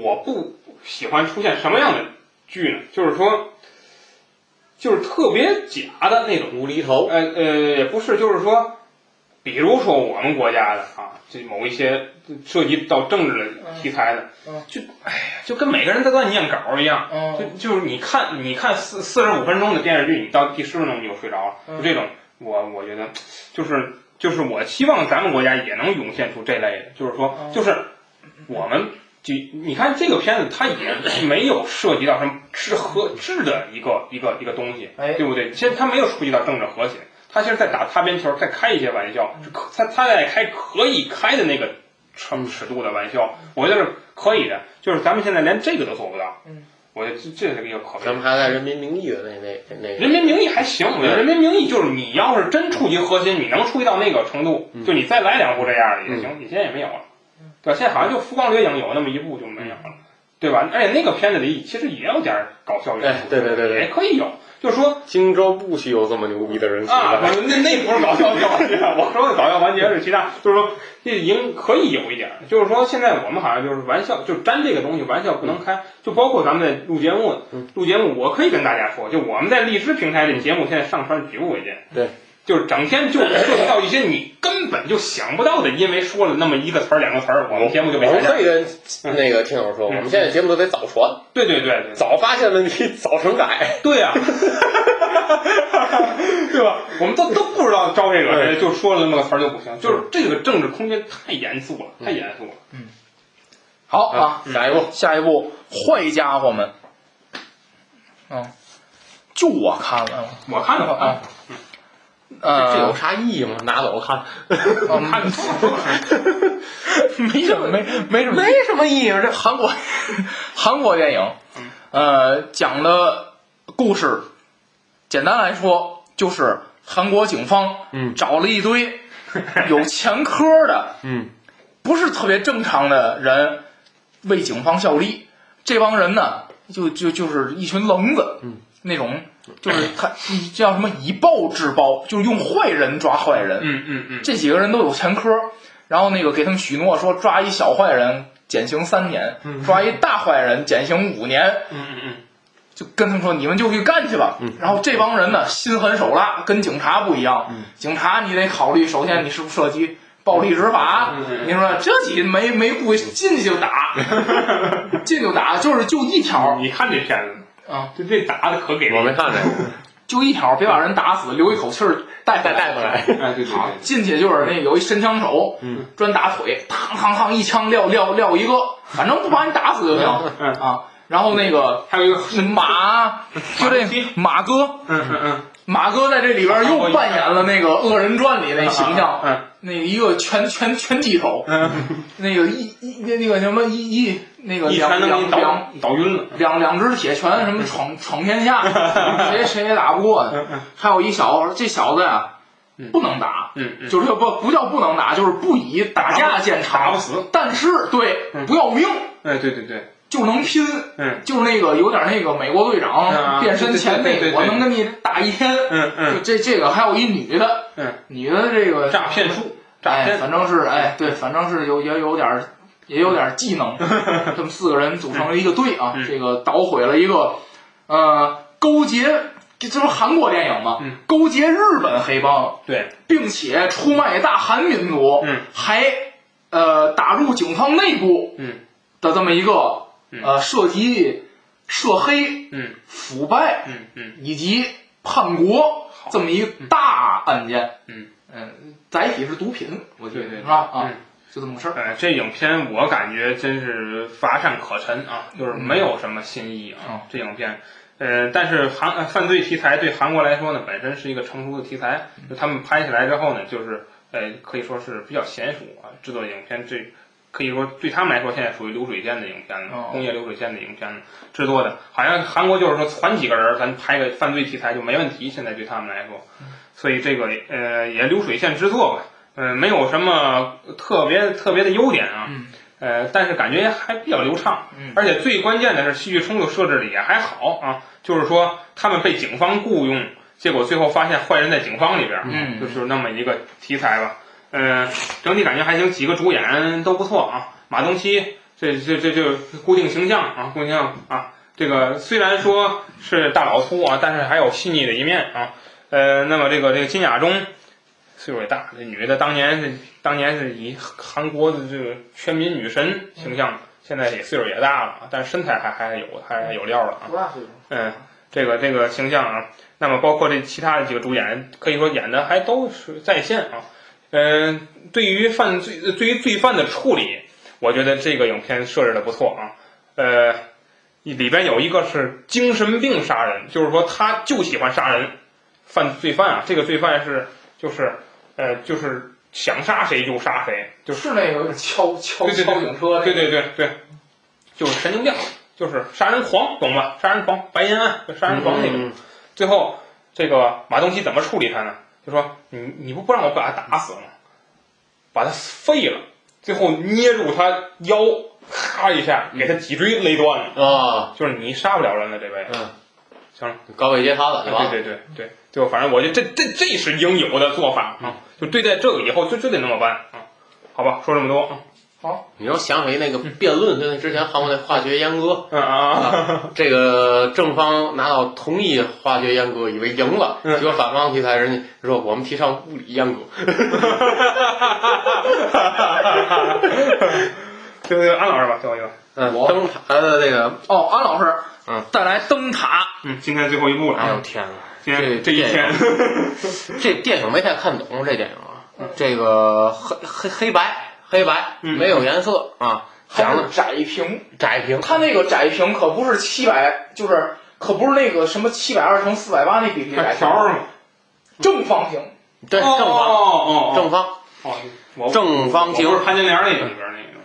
Speaker 2: 我不喜欢出现什么样的剧呢？就是说，就是特别假的那种。
Speaker 3: 嗯无厘头，
Speaker 2: 呃呃，也不是，就是说，比如说我们国家的啊，这某一些涉及到政治的题材的，
Speaker 1: 嗯
Speaker 2: 就哎呀，就跟每个人都在念稿一样，
Speaker 1: 嗯
Speaker 2: 就就是你看你看四四十五分钟的电视剧，你到第十分钟你就睡着了，
Speaker 1: 嗯
Speaker 2: 就这种，我我觉得就是就是我希望咱们国家也能涌现出这类的，就是说
Speaker 1: 嗯
Speaker 2: 就是我们。就你看这个片子，它也没有涉及到什么治和治的一个一个一个东西，
Speaker 1: 哎
Speaker 2: 对不对？其实他没有触及到政治和谐，他其实在打擦边球，在开一些玩
Speaker 1: 嗯
Speaker 2: 笑，是可他他在开可以开的那个尺尺度的玩笑，我觉得是可以的。就是咱们现在连这个都做不到，
Speaker 1: 嗯，
Speaker 2: 我觉得这这是一个可悲
Speaker 3: 咱
Speaker 2: 的。
Speaker 3: 们还在《人民名义》的那那那
Speaker 2: 人民名义还行，我觉得人民名义就是你要是真触及核心，你能触及到那个程度，
Speaker 3: 嗯
Speaker 2: 就你再来两部这样的也行。你现在也没有了，对吧？现在好像就《浮光掠影》有那么一部就没
Speaker 3: 嗯
Speaker 2: 有了，对吧？而且那个片子里其实也有点搞笑元
Speaker 3: 哎
Speaker 2: 素，
Speaker 3: 对对对对
Speaker 2: 也可以有。就说
Speaker 3: 荆州不许有这么牛逼的 人存
Speaker 2: 啊，
Speaker 3: 在。
Speaker 2: 不是 那那不是搞笑环节，我说的搞笑环节是其他，就是说这赢可以有一点儿，就是说现在我们好像就是玩笑，就沾这个东西玩笑不能开，就包括咱们在录节目
Speaker 3: 嗯，
Speaker 2: 录节目我可以跟大家说，就我们在荔枝平台这节目现在上传举步维艰，
Speaker 3: 对，
Speaker 2: 就是整天就涉及到一些你根本就想不到的，因为说了那么一个词儿两个词儿，我们节目就被
Speaker 3: 我
Speaker 2: 下
Speaker 3: 们
Speaker 2: 架
Speaker 3: 可。以跟那个听友说，我们现在节目都得早传，
Speaker 2: 对对对对，
Speaker 3: 早发现问题早整改。
Speaker 2: 对呀、 对吧？我们都都不知道招这个，
Speaker 3: 对
Speaker 2: 就说了那么个词儿就不行，就是这个政治空间太严肃了，太严肃了。
Speaker 1: 好啊，
Speaker 3: 下一步，
Speaker 1: 下一步坏家伙们，嗯，就我看了，
Speaker 2: 我看
Speaker 1: 啊
Speaker 2: 了啊，，
Speaker 3: 嗯这有
Speaker 1: 呃，
Speaker 3: 啥意义吗？拿走看，
Speaker 1: 嗯
Speaker 2: 我 看了，
Speaker 1: 没什么，没没什么，
Speaker 3: 没什么意义。这
Speaker 1: 韩国 韩国电影，呃，讲的故事，简单来说就是韩国警方
Speaker 3: 嗯
Speaker 1: 找了 一堆有前科的，
Speaker 3: 嗯，
Speaker 1: 不是特别正常的人为警方效力。这帮人呢，就就就是一群棱子，
Speaker 3: 嗯，
Speaker 1: 那种就是他你叫什么以暴制暴，就是用坏人抓坏人，
Speaker 2: 嗯嗯嗯，
Speaker 1: 这几个人都有前科，然后那个给他们许诺说抓一小坏人减刑三年，抓一大坏人减刑五年，
Speaker 2: 嗯嗯嗯，
Speaker 1: 就跟他们说你们就去干去吧。然后这帮人呢心狠手辣，跟警察不一样，警察你得考虑，首先你是不是涉及。暴力执
Speaker 2: 啊
Speaker 1: 法，
Speaker 2: 嗯
Speaker 1: 你说这几没没顾忌进去就 打，进就打，就是就一条
Speaker 2: 你看这片子
Speaker 1: 啊，
Speaker 2: 就这打的可给力
Speaker 3: 我没看这个，
Speaker 1: 就一条，别把人打死，留一口气儿带回
Speaker 3: 再 带
Speaker 1: 来。
Speaker 3: 回来。
Speaker 2: 哎，对对
Speaker 1: 好
Speaker 2: 对，
Speaker 1: 进去就是那有一神枪手，
Speaker 3: 嗯，
Speaker 1: 专打腿，嘡嘡嘡一枪撂撂撂一个，反正不把你打死就行
Speaker 2: 嗯
Speaker 1: 啊。然后那个
Speaker 2: 还有一个，
Speaker 1: 马，就这马哥，
Speaker 2: 嗯嗯嗯，
Speaker 1: 马哥在这里边又扮演了那个《恶人传》里那形象，
Speaker 2: 嗯
Speaker 1: 那一个拳拳拳击手，
Speaker 2: 嗯，
Speaker 1: 那个一一那那个什么一一那个
Speaker 2: 一
Speaker 1: 两
Speaker 2: 拳能给
Speaker 1: 两
Speaker 2: 你
Speaker 1: 两
Speaker 2: 倒嗯倒晕了。
Speaker 1: 两两只铁拳什么闯闯天 下，谁谁也打不过的。还有一小子，这小子呀、不能打，
Speaker 2: 嗯嗯嗯
Speaker 1: 就是不不叫不能打，就是不以打架见长，
Speaker 2: 打不死。
Speaker 1: 但是对、不要命，
Speaker 2: 哎，对对对，
Speaker 1: 就能拼。
Speaker 2: 嗯
Speaker 1: 就是那个有点那个美国队
Speaker 2: 啊
Speaker 1: 长变身前
Speaker 2: 对
Speaker 1: 那
Speaker 2: 对对对
Speaker 1: 个，我能跟你打一天。
Speaker 2: 嗯
Speaker 1: 就
Speaker 2: 嗯
Speaker 1: 这这个还有一女的，
Speaker 2: 嗯，
Speaker 1: 女的这个
Speaker 2: 诈骗术，诈
Speaker 1: 哎，
Speaker 2: 骗，嗯
Speaker 1: 反正是哎，对，反正是有也有点儿也有点儿技 能，这么四个人组成了一个队啊，
Speaker 2: 嗯
Speaker 1: 这个捣毁了一个呃勾结，这这不是韩国电影吗？
Speaker 2: 嗯
Speaker 1: 勾结日本黑帮，
Speaker 2: 对，
Speaker 1: 并且出卖大韩民族，
Speaker 2: 嗯
Speaker 1: 还呃打入警方内部
Speaker 2: 嗯
Speaker 1: 的这么一个呃涉及涉黑、
Speaker 2: 嗯
Speaker 1: 腐败
Speaker 2: 嗯嗯，
Speaker 1: 以及叛国这么一个大案件，
Speaker 2: 嗯
Speaker 1: 嗯，载体是毒品，我觉
Speaker 2: 对
Speaker 1: 得
Speaker 2: 对
Speaker 1: 是吧？啊
Speaker 2: 嗯，
Speaker 1: 就这么个事儿。
Speaker 2: 哎，这影片我感觉真是乏善可陈啊，就是没有什么新意啊。
Speaker 1: 嗯
Speaker 2: 这影片，呃，但是韩呃犯罪题材对韩国来说呢，本身是一个成熟的题材，就他们拍起来之后呢，就是呃，可以说是比较娴熟啊，制作影片这。可以说，对他们来说，现在属于流水线的影片了
Speaker 1: 哦，
Speaker 2: 工业流水线的影片了，制作的，好像韩国就是说，攒几个人儿，咱拍个犯罪题材就没问题。现在对他们来说，所以这个呃也流水线制作吧，嗯、没有什么特别特别的优点啊，
Speaker 1: 嗯
Speaker 2: 呃，但是感觉还比较流畅，
Speaker 1: 嗯
Speaker 2: 而且最关键的是戏剧冲突设置的也还好啊，就是说他们被警方雇佣，结果最后发现坏人在警方里边儿，
Speaker 1: 嗯
Speaker 2: 就是那么一个题材吧。呃，整体感觉还行，几个主演都不错啊。马东锡这这这就固定形象啊，固定形象啊。这个虽然说是大老粗啊，但是还有细腻的一面啊。呃，那么这个这个金雅中岁数也大，这女的当年是当年是以韩国的这个全民女神形象，现在也岁数也大了，啊但是身材还还有还还有料了啊。
Speaker 1: 多大岁数？
Speaker 2: 嗯，这个这个形象啊，那么包括这其他的几个主演，可以说演的还都是在线啊。嗯、对于犯罪，呃对于罪犯的处理，我觉得这个影片设置的不错啊。呃，里边有一个是精神病杀人，就是说他就喜欢杀人，犯罪犯啊，这个罪犯是就是呃就是想杀谁就杀谁，就是
Speaker 1: 那个敲敲
Speaker 2: 对对对
Speaker 1: 敲警车那个，
Speaker 2: 对对对对，就是神经病，就是杀人狂，懂吧？杀人狂，白银案，就杀人狂那种。
Speaker 3: 嗯
Speaker 2: 最后这个马东锡怎么处理他呢？就说你你不不让我把他打死吗？把他废了，最后捏住他腰，咔一下给他脊椎勒断了，
Speaker 3: 啊，
Speaker 2: 就是你杀不了人了，这位。
Speaker 3: 嗯，
Speaker 2: 行了，
Speaker 3: 高位截杀了是吧？
Speaker 2: 对对对对，最后反正我觉得这这这是应有的做法
Speaker 3: 嗯
Speaker 2: 啊，就对待这个以后就就得那么办啊，好吧，说这么多啊，
Speaker 3: 你又想起那个辩论，就那之前韩国那化学阉割，
Speaker 2: 嗯啊，
Speaker 3: 这个正方拿到同意化学阉割，以为赢了，
Speaker 2: 嗯
Speaker 3: 结果反方题材人家说我们提倡物理阉割，
Speaker 2: 啊 对对，啊安老师吧，最后一个，
Speaker 3: 嗯，
Speaker 1: 我
Speaker 3: 灯塔的那个，
Speaker 1: 哦，安老师，
Speaker 3: 嗯，
Speaker 1: 带来灯塔，
Speaker 2: 嗯，今天最后一部了
Speaker 3: 哎呦
Speaker 2: 啊，
Speaker 3: 天呐，
Speaker 2: 今天
Speaker 3: 这
Speaker 2: 这一天，
Speaker 3: 这电影没太看懂这电影啊，这个黑黑黑白黑白
Speaker 2: 嗯
Speaker 3: 没有颜色啊，
Speaker 1: 它
Speaker 3: 讲
Speaker 1: 是
Speaker 3: 了
Speaker 1: 窄屏，
Speaker 3: 窄屏，
Speaker 1: 它那个窄屏可不是七百，就是可不是那个什么七百二乘四百八那比例
Speaker 2: 还
Speaker 1: 窄屏，
Speaker 2: 条是吗？
Speaker 1: 正方形。
Speaker 3: 对正方
Speaker 2: 哦哦
Speaker 3: 正方
Speaker 2: 哦，我
Speaker 3: 正方形
Speaker 2: 我不是，潘金莲那个里边那个，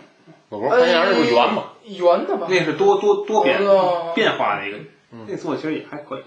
Speaker 3: 我不是潘金莲是个圆吗？
Speaker 1: 圆的吧？
Speaker 2: 那是多多多变
Speaker 1: 哦
Speaker 2: 变化的一个，那做的其实也还可以。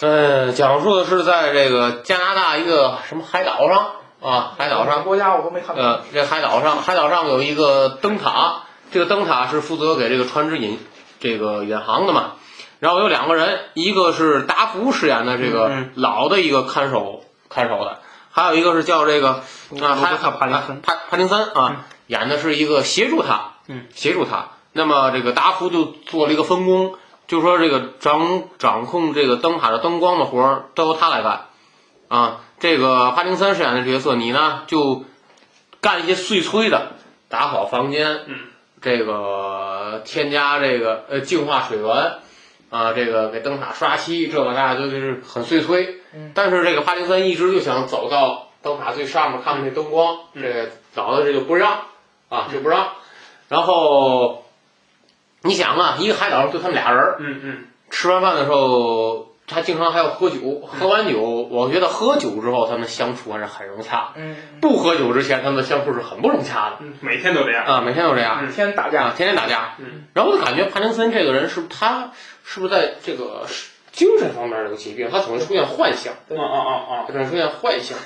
Speaker 3: 嗯，讲述的是在这个加拿大一个什么海岛上啊，
Speaker 2: 哎
Speaker 3: 海岛上
Speaker 1: 国家我都没看过。
Speaker 3: 呃，这海岛上，海岛上有一个灯塔，这个灯塔是负责给这个船只引这个远航的嘛。然后有两个人，一个是达福饰演的这个
Speaker 2: 嗯
Speaker 3: 老的一个看守看守的，还有一个是叫这个啊，
Speaker 2: 罗伯
Speaker 3: 还
Speaker 2: 特帕丁森
Speaker 3: 帕帕丁森啊，演的是一个协助他，
Speaker 2: 嗯，
Speaker 3: 协助他。那么这个达福就做了一个分工，就说这个掌掌控这个灯塔的灯光的活儿都由他来干，啊，这个帕丁森饰演的角色，你呢就干一些碎催的，打扫房间，
Speaker 2: 嗯，
Speaker 3: 这个添加这个呃净化水源，啊，这个给灯塔刷漆，这个那个就是很碎催。
Speaker 1: 嗯
Speaker 3: 但是这个帕丁森一直就想走到灯塔最上面看看这灯光，
Speaker 2: 嗯
Speaker 3: 这个老的这就不让啊，就不让。然后你想啊，一个海岛上就他们俩人儿，
Speaker 2: 嗯嗯
Speaker 3: 吃完饭的时候，他经常还要喝酒。喝完酒，
Speaker 2: 嗯
Speaker 3: 我觉得喝酒之后他们相处还是很融洽的。
Speaker 1: 嗯，
Speaker 3: 不喝酒之前，他们的相处是很不融洽的
Speaker 2: 嗯，每天都这样。
Speaker 3: 啊，每天都这样。
Speaker 2: 嗯
Speaker 1: 天打架，
Speaker 3: 啊，天天打架。
Speaker 2: 嗯，
Speaker 3: 然后我就感觉帕丁森这个人是不是他是不是在这个精神方面有疾病？他总是出现幻想，
Speaker 2: 哦哦
Speaker 3: 他总是出现幻想。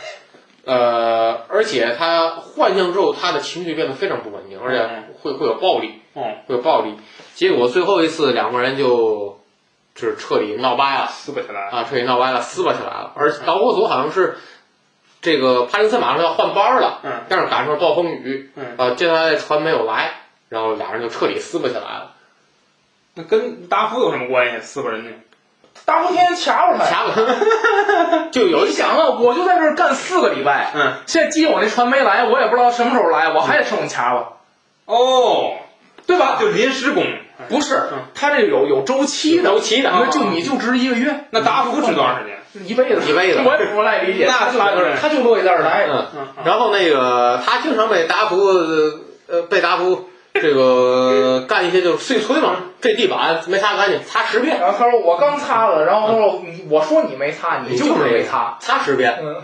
Speaker 3: 呃，而且他幻象之后，他的情绪变得非常不稳定，而
Speaker 1: 嗯
Speaker 3: 且会会有暴力，嗯
Speaker 2: 哦哦，
Speaker 3: 会有暴力。结果最后一次两个人就就是彻底闹掰了
Speaker 2: 撕不起来。
Speaker 3: 啊，彻底闹掰了，撕巴起来了。而
Speaker 1: 嗯
Speaker 3: 到后头好像是这个帕丁森马上要换班了，
Speaker 2: 嗯
Speaker 3: 但是赶上暴风雨，
Speaker 2: 嗯，
Speaker 3: 啊，接下来的船没有来，然后俩人就彻底撕巴起来了。
Speaker 2: 那跟达夫有什么关系？撕不人家？
Speaker 1: 大风天掐我他。
Speaker 3: 卡我， 就有
Speaker 1: 你
Speaker 3: 一
Speaker 1: 想啊，我就在这儿干四个礼拜，
Speaker 2: 嗯，
Speaker 1: 现在机我那船没来，我也不知道什么时候来，我还得受你掐吧，
Speaker 2: 哦，
Speaker 1: 对吧？
Speaker 2: 就临时工。
Speaker 1: 不是
Speaker 2: 嗯，
Speaker 1: 他这有有周期的，
Speaker 3: 周期啊的，
Speaker 1: 就你就值一个月，
Speaker 2: 那达夫是多长时间？
Speaker 1: 一辈子，
Speaker 3: 一辈子
Speaker 1: 我也不太理解，
Speaker 2: 那
Speaker 1: 他来
Speaker 2: 是
Speaker 1: 他就乐意在这儿待着，
Speaker 3: 嗯，
Speaker 2: 嗯嗯
Speaker 3: 然后那个他经常被达福呃被达福这 个干一些就是碎催嘛，
Speaker 1: 嗯
Speaker 3: 这地板没擦干净，擦十遍，
Speaker 1: 然后他说我刚擦了，然后他说你我说你没
Speaker 3: 嗯
Speaker 1: 擦，你就是没擦，，
Speaker 3: 擦十遍，
Speaker 1: 嗯，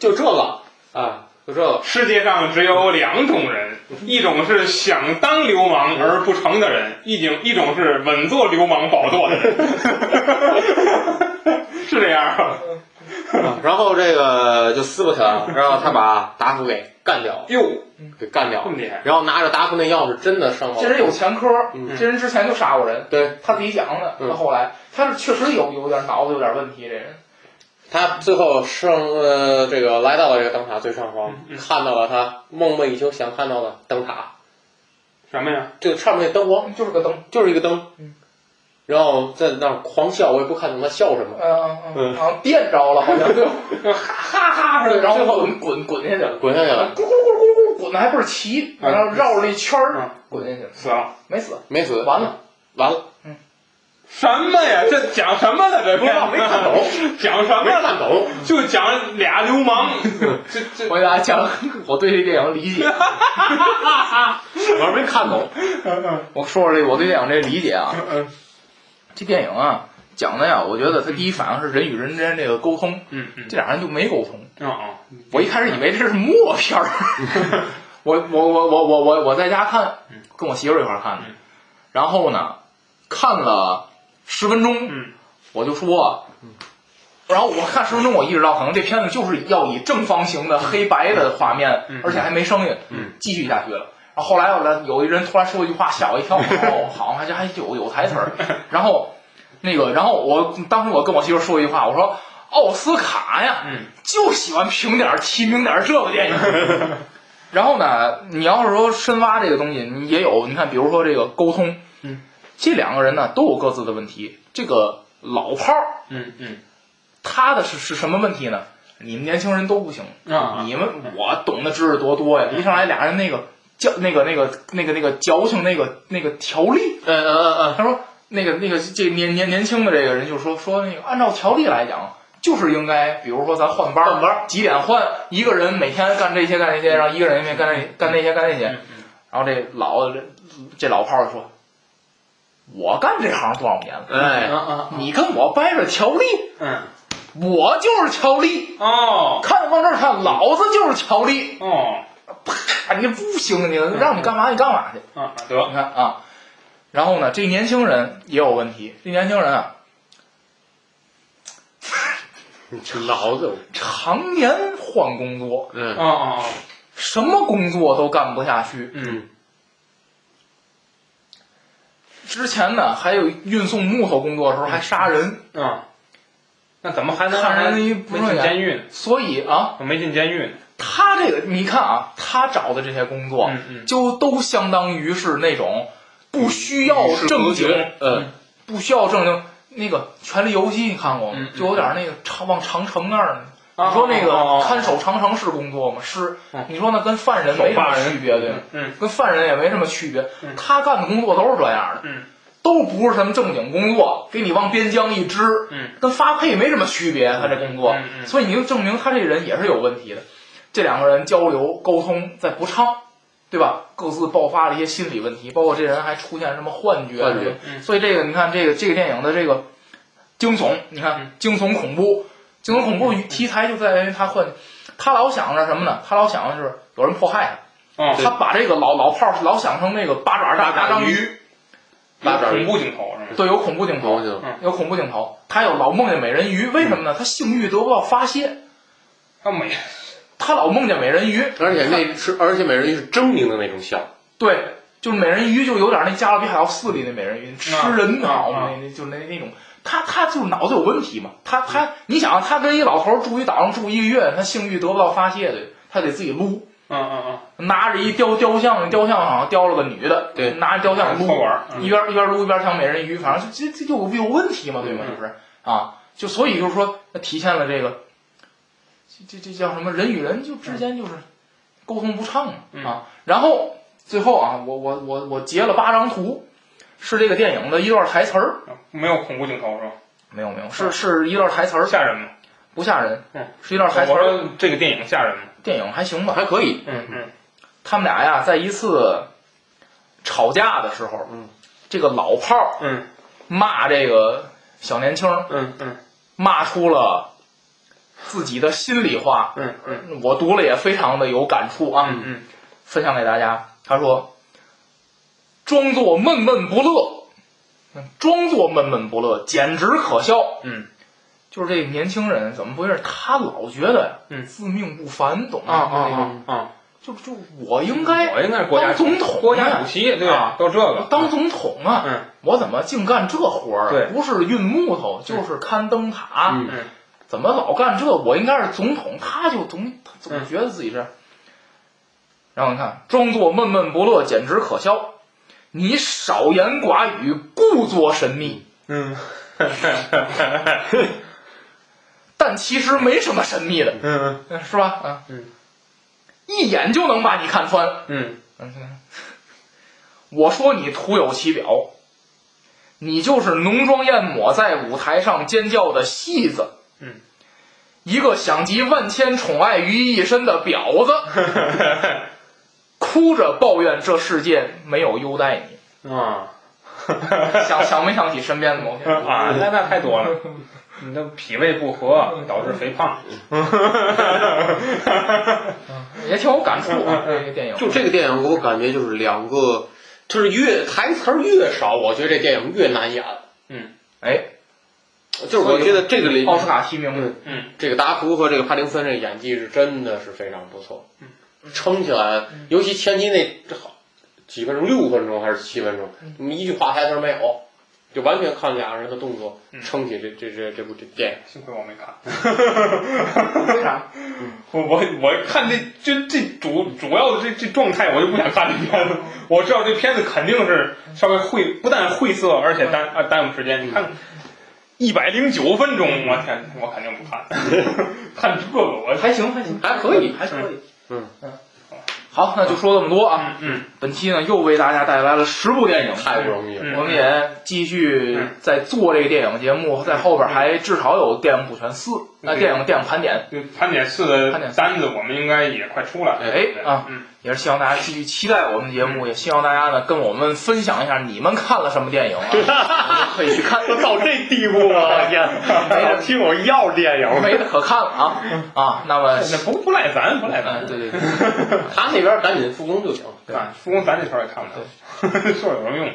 Speaker 3: 就这个啊，就这个，
Speaker 2: 世界上只有两种人，一种是想当流氓而不成的人，一种一种是稳坐流氓宝座的 人，是这样吧？
Speaker 3: 啊然后这个就撕不起来了，然后他把达福给干掉了，
Speaker 2: 哟，
Speaker 3: 给干掉
Speaker 2: 这
Speaker 3: 了，
Speaker 2: 么厉害！
Speaker 3: 然后拿着达福那钥匙真的上楼，
Speaker 1: 这嗯人有前科，
Speaker 3: 嗯
Speaker 1: 这人之前就杀过人，
Speaker 3: 对，
Speaker 1: 他自己讲的，
Speaker 3: 嗯
Speaker 1: 他后来他是确实有有点脑子有点问题，这人
Speaker 3: 他最后上呃这个来到了这个灯塔最上方，
Speaker 1: 嗯
Speaker 3: 看到了他梦寐以求想看到的灯塔，
Speaker 2: 什么呀？
Speaker 3: 这个上面那灯光
Speaker 1: 就是个灯，
Speaker 3: 就是一个灯，
Speaker 1: 嗯
Speaker 3: 然后在那儿狂笑，我也不看懂他笑什么，
Speaker 1: 嗯
Speaker 2: 嗯
Speaker 1: 嗯，好像电着了，好 像对吧，哈哈哈似的，然后滚滚滚下去了，
Speaker 3: 滚下去了，
Speaker 1: 咕咕咕咕咕滚的还倍儿齐，然后绕着那圈
Speaker 2: 嗯
Speaker 1: 儿滚下去了，
Speaker 2: 死了？
Speaker 1: 没死，
Speaker 3: 没死，
Speaker 1: 完了，
Speaker 3: 完了，
Speaker 2: 什么呀？这讲什么呢？这片子
Speaker 3: 没看懂，
Speaker 2: 讲什
Speaker 3: 没
Speaker 2: 么呢？
Speaker 3: 看懂，
Speaker 2: 就讲俩流 氓，这这
Speaker 1: 我给大家讲 我对这电影 理解，
Speaker 3: 我还没看懂，
Speaker 1: 我说说这我对电影这理解啊，
Speaker 2: 嗯
Speaker 1: 这电影啊讲的呀，我觉得他第一反应是人与人之间这个沟通，
Speaker 2: 嗯嗯
Speaker 1: 这俩人就没沟通。
Speaker 2: 嗯哦
Speaker 1: 我一开始以为这是默片 儿，我我我我我我我在家看，跟我媳妇儿一块儿看的
Speaker 2: 嗯，
Speaker 1: 然后呢，看了十分钟，
Speaker 2: 嗯
Speaker 1: 我就说。啊然后我看十分钟，我意识到可能这片子就是要以正方形的黑白的画面
Speaker 2: 嗯，
Speaker 1: 而且还没声音，
Speaker 3: 嗯
Speaker 1: 继续下去了。然后后来有了有一人突然说一句话，吓我一 跳，哦，好像还还有有台词儿。然后那个，然后我当时我跟我媳妇说一句话，我说奥斯卡呀，
Speaker 2: 嗯
Speaker 1: 就喜欢评点儿提名点儿这个电影。 然后呢，你要是说深挖这个东西，你也有，你看，比如说这个沟通，
Speaker 2: 嗯，
Speaker 1: 这两个人呢都有各自的问题。这个老炮儿
Speaker 2: 嗯嗯
Speaker 1: 他的是是什么问题呢？你们年轻人都不行，
Speaker 2: 啊
Speaker 1: 你们我懂得知识多多呀！一上来俩人那个矫那个那个那个那个矫情那个那个条例，
Speaker 3: 嗯嗯嗯嗯，
Speaker 1: 他说那个那个这年年年轻的这个人就说说那个按照条例来讲，就是应该比如说咱换班嗯换班几点换，一个人每天干这些干这些，然后一个人每天干这干那些干那些，然后这老这这老炮儿说，我干这行多少年了，
Speaker 2: 啊
Speaker 3: 哎，
Speaker 2: 啊
Speaker 1: 你跟我掰扯条例，
Speaker 2: 嗯
Speaker 1: 我就是条例。
Speaker 2: 哦
Speaker 1: 看往这儿看，老子就是乔力，
Speaker 2: 哦
Speaker 1: 啪！你不行，你让你干嘛你干嘛去？
Speaker 2: 啊得
Speaker 1: 你看啊，然后呢，这年轻人也有问题，这年轻人啊，
Speaker 3: 你这脑子，
Speaker 1: 常年换工作，
Speaker 2: 哦
Speaker 3: 嗯
Speaker 2: 哦
Speaker 1: 什么工作都干不下去。
Speaker 2: 嗯
Speaker 1: 之前呢，还有运送木头工作的时候还杀人，
Speaker 2: 啊，那怎么还能
Speaker 1: 看
Speaker 2: 让
Speaker 1: 人
Speaker 2: 人
Speaker 1: 一不
Speaker 2: 没
Speaker 1: 顺
Speaker 2: 进监
Speaker 1: 眼，
Speaker 2: 狱呢？
Speaker 1: 所以啊，
Speaker 2: 我没进监狱呢。
Speaker 1: 他这个你看啊，他找的这些工作，
Speaker 2: 嗯嗯
Speaker 1: 就都相当于是那种不需要
Speaker 3: 与世
Speaker 1: 正
Speaker 3: 隔
Speaker 1: 经呃
Speaker 3: 绝，嗯，
Speaker 1: 不需要正经。那个《权力游戏》你看过吗
Speaker 2: 嗯？嗯
Speaker 1: 就有点那个长往长城那儿。
Speaker 2: 啊
Speaker 1: 你说那
Speaker 2: 哦哦哦
Speaker 1: 个看守长城是工作吗？是
Speaker 2: 嗯。
Speaker 1: 你说那跟犯人没什么区别，对吗？
Speaker 2: 嗯
Speaker 1: 跟犯人也没什么区别
Speaker 2: 嗯。
Speaker 1: 他干的工作都是这样的，
Speaker 2: 嗯
Speaker 1: 都不是什么正经工作，给你往边疆一支，
Speaker 2: 嗯
Speaker 1: 跟发配没什么区别。他这工作，
Speaker 2: 嗯嗯
Speaker 1: 所以你就证明他这人也是有问题的。这两个人交流沟通在不畅，对吧？各自爆发了一些心理问题，包括这人还出现什么幻觉啊，
Speaker 3: 幻觉
Speaker 1: 什么
Speaker 2: 嗯
Speaker 1: 所以这个你看，这个这个电影的这个惊悚，你
Speaker 2: 嗯
Speaker 1: 看惊悚恐怖，惊悚恐怖题材就在于他幻，他老想着什么呢？他老想的是有人迫害
Speaker 2: 哦
Speaker 1: 他，，他把这个老老炮儿老想成那个八爪大大章鱼，
Speaker 2: 拉着恐怖镜头是吗？
Speaker 1: 对，有恐怖镜头
Speaker 3: 脑，子，
Speaker 1: 有恐怖镜头，他有老梦见美人鱼，为什么呢？他性欲得不到发泄，
Speaker 2: 他没
Speaker 1: 他老梦见美人鱼，
Speaker 3: 而且那是而且美人鱼是狰狞的那种笑，
Speaker 1: 对，就是美人鱼就有点那《加勒比海盗四》里那美人鱼吃人脑
Speaker 2: 啊啊
Speaker 1: 那那就那那种，他他就是脑子有问题嘛，他他你想啊他跟一老头儿住一岛上住一个月，他性欲得不到发泄的，他得自己撸，
Speaker 2: 嗯嗯
Speaker 1: 拿着一雕雕像，雕像好像雕了个女的，
Speaker 3: 对
Speaker 1: 拿着雕像撸
Speaker 2: 好玩儿嗯
Speaker 1: 一边一边撸一边像美人鱼，反正这这这有有问题嘛，对吗？
Speaker 2: 嗯
Speaker 1: 就是啊，就所以就是说，它体现了这个，这这这叫什么？人与人就之间就是沟通不畅嘛
Speaker 2: 嗯
Speaker 1: 啊。然后最后啊，我我我我截了八张图，是这个电影的一段台词儿，
Speaker 2: 嗯，没有恐怖镜头是吧？
Speaker 1: 没有没有，是是一段台词儿，
Speaker 2: 吓人吗？
Speaker 1: 不吓人
Speaker 2: 嗯，
Speaker 1: 是一段台词
Speaker 2: 我
Speaker 1: 儿。
Speaker 2: 说这个电影吓人吗？
Speaker 1: 电影还行吧，
Speaker 3: 还可以，
Speaker 2: 嗯嗯
Speaker 1: 他们俩呀，在一次吵架的时候，
Speaker 3: 嗯，
Speaker 1: 这个老炮儿
Speaker 2: 嗯
Speaker 1: 骂这个小年轻儿，
Speaker 2: 嗯嗯
Speaker 1: 骂出了自己的心里话，
Speaker 2: 嗯嗯
Speaker 1: 我读了也非常的有感触啊，
Speaker 2: 嗯
Speaker 1: 分享给大家。他说：“装作闷闷不乐，嗯装作闷闷不乐，简直可笑。
Speaker 2: 嗯”
Speaker 1: 就是这个年轻人怎么回事？他老觉得呀，
Speaker 2: 嗯
Speaker 1: 自命不凡，懂吗？
Speaker 2: 啊啊
Speaker 1: 就那种
Speaker 2: 啊啊！
Speaker 1: 就就我应该
Speaker 2: 我应该是国家
Speaker 1: 当总统，啊
Speaker 2: 国家主席对吧？都这个，
Speaker 1: 当总统啊，
Speaker 2: 嗯
Speaker 1: 我怎么净干这活儿啊？
Speaker 2: 对
Speaker 1: 不是运木头，就是看灯塔。
Speaker 3: 嗯
Speaker 2: 嗯
Speaker 1: 怎么老干这？我应该是总统，他就总他
Speaker 2: 嗯
Speaker 1: 总觉得自己是。然后你看，装作闷闷不乐，简直可笑。你少言寡语，故作神秘，
Speaker 2: 嗯，
Speaker 1: 但其实没什么神秘的，
Speaker 2: 嗯
Speaker 1: 是吧？啊，
Speaker 2: 嗯，
Speaker 1: 一眼就能把你看穿。
Speaker 2: 嗯
Speaker 1: 嗯，我说你徒有其表，你就是浓妆艳抹在舞台上尖叫的戏子。
Speaker 2: 嗯，
Speaker 1: 一个享集万千宠爱于一身的婊子， 哭着抱怨这世界没有优待你。
Speaker 2: 啊，
Speaker 1: 想想没想起身边的某些 人？
Speaker 2: 啊，那那太多了。
Speaker 1: 嗯
Speaker 2: 你的脾胃不和导致肥胖，
Speaker 1: 也挺有感触啊，这个电影。
Speaker 3: 嗯就这个电影给我感觉就是两个，就是越台词儿越少，我觉得这电影越难演。
Speaker 2: 嗯
Speaker 1: 哎，
Speaker 3: 就是我觉得这个里
Speaker 1: 奥斯卡提名的
Speaker 3: 嗯这个达福和这个帕丁森这个演技是真的是非常不错，撑起来，尤其前期那这好几分钟，六分钟还是七分钟，你一句话台词没有，就完全看俩人的动作撑起这这这这部这电影。
Speaker 2: 幸亏我没看。
Speaker 1: 为啥？
Speaker 2: 我我我看这这这主主要的这这状态，我就不想看这
Speaker 1: 哦
Speaker 2: 片子。 我知道这片子肯定是稍微晦，不但晦涩，而且
Speaker 1: 嗯
Speaker 2: 耽啊耽误时间。你看，一百零九分钟，
Speaker 1: 嗯
Speaker 2: 我天，我肯定不看， 看这个我
Speaker 1: 还行还行，
Speaker 3: 还可以
Speaker 1: 还可以。
Speaker 3: 嗯
Speaker 1: 嗯，好，那就说这么多啊。
Speaker 2: 嗯
Speaker 1: 本期呢又为大家带来了十部电影，
Speaker 3: 太不容易了。
Speaker 2: 嗯
Speaker 1: 我们也继续在做这个电影节
Speaker 2: 嗯
Speaker 1: 目，在后边还至少有电影补全四，那
Speaker 2: 对
Speaker 1: 电影电影盘点
Speaker 2: 嗯，盘点四的
Speaker 1: 盘点四
Speaker 2: 单子我们应该也快出来了。
Speaker 1: 哎啊
Speaker 2: 嗯
Speaker 1: 也是希望大家继续期待我们的节目，也希望大家呢跟我们分享一下你们看了什么电影啊，我 们可以去看，
Speaker 3: 到这地步了，哎我
Speaker 2: 哎
Speaker 3: 天！听我要电影
Speaker 1: 没得可看了啊
Speaker 2: 嗯
Speaker 1: 啊，那么
Speaker 2: 那不不赖咱，不赖
Speaker 3: 啊
Speaker 2: 咱。
Speaker 1: 嗯对对对，
Speaker 3: 他那边赶紧复工就行。
Speaker 2: 看复工啊咱这圈儿也看 不了，说有什么用？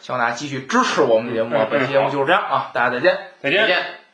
Speaker 1: 希望大家继续支持我们的节目啊，
Speaker 2: 嗯嗯
Speaker 1: 本期节目就是这样啊，大家再见。
Speaker 2: 再
Speaker 3: 再
Speaker 2: 见。
Speaker 3: 见。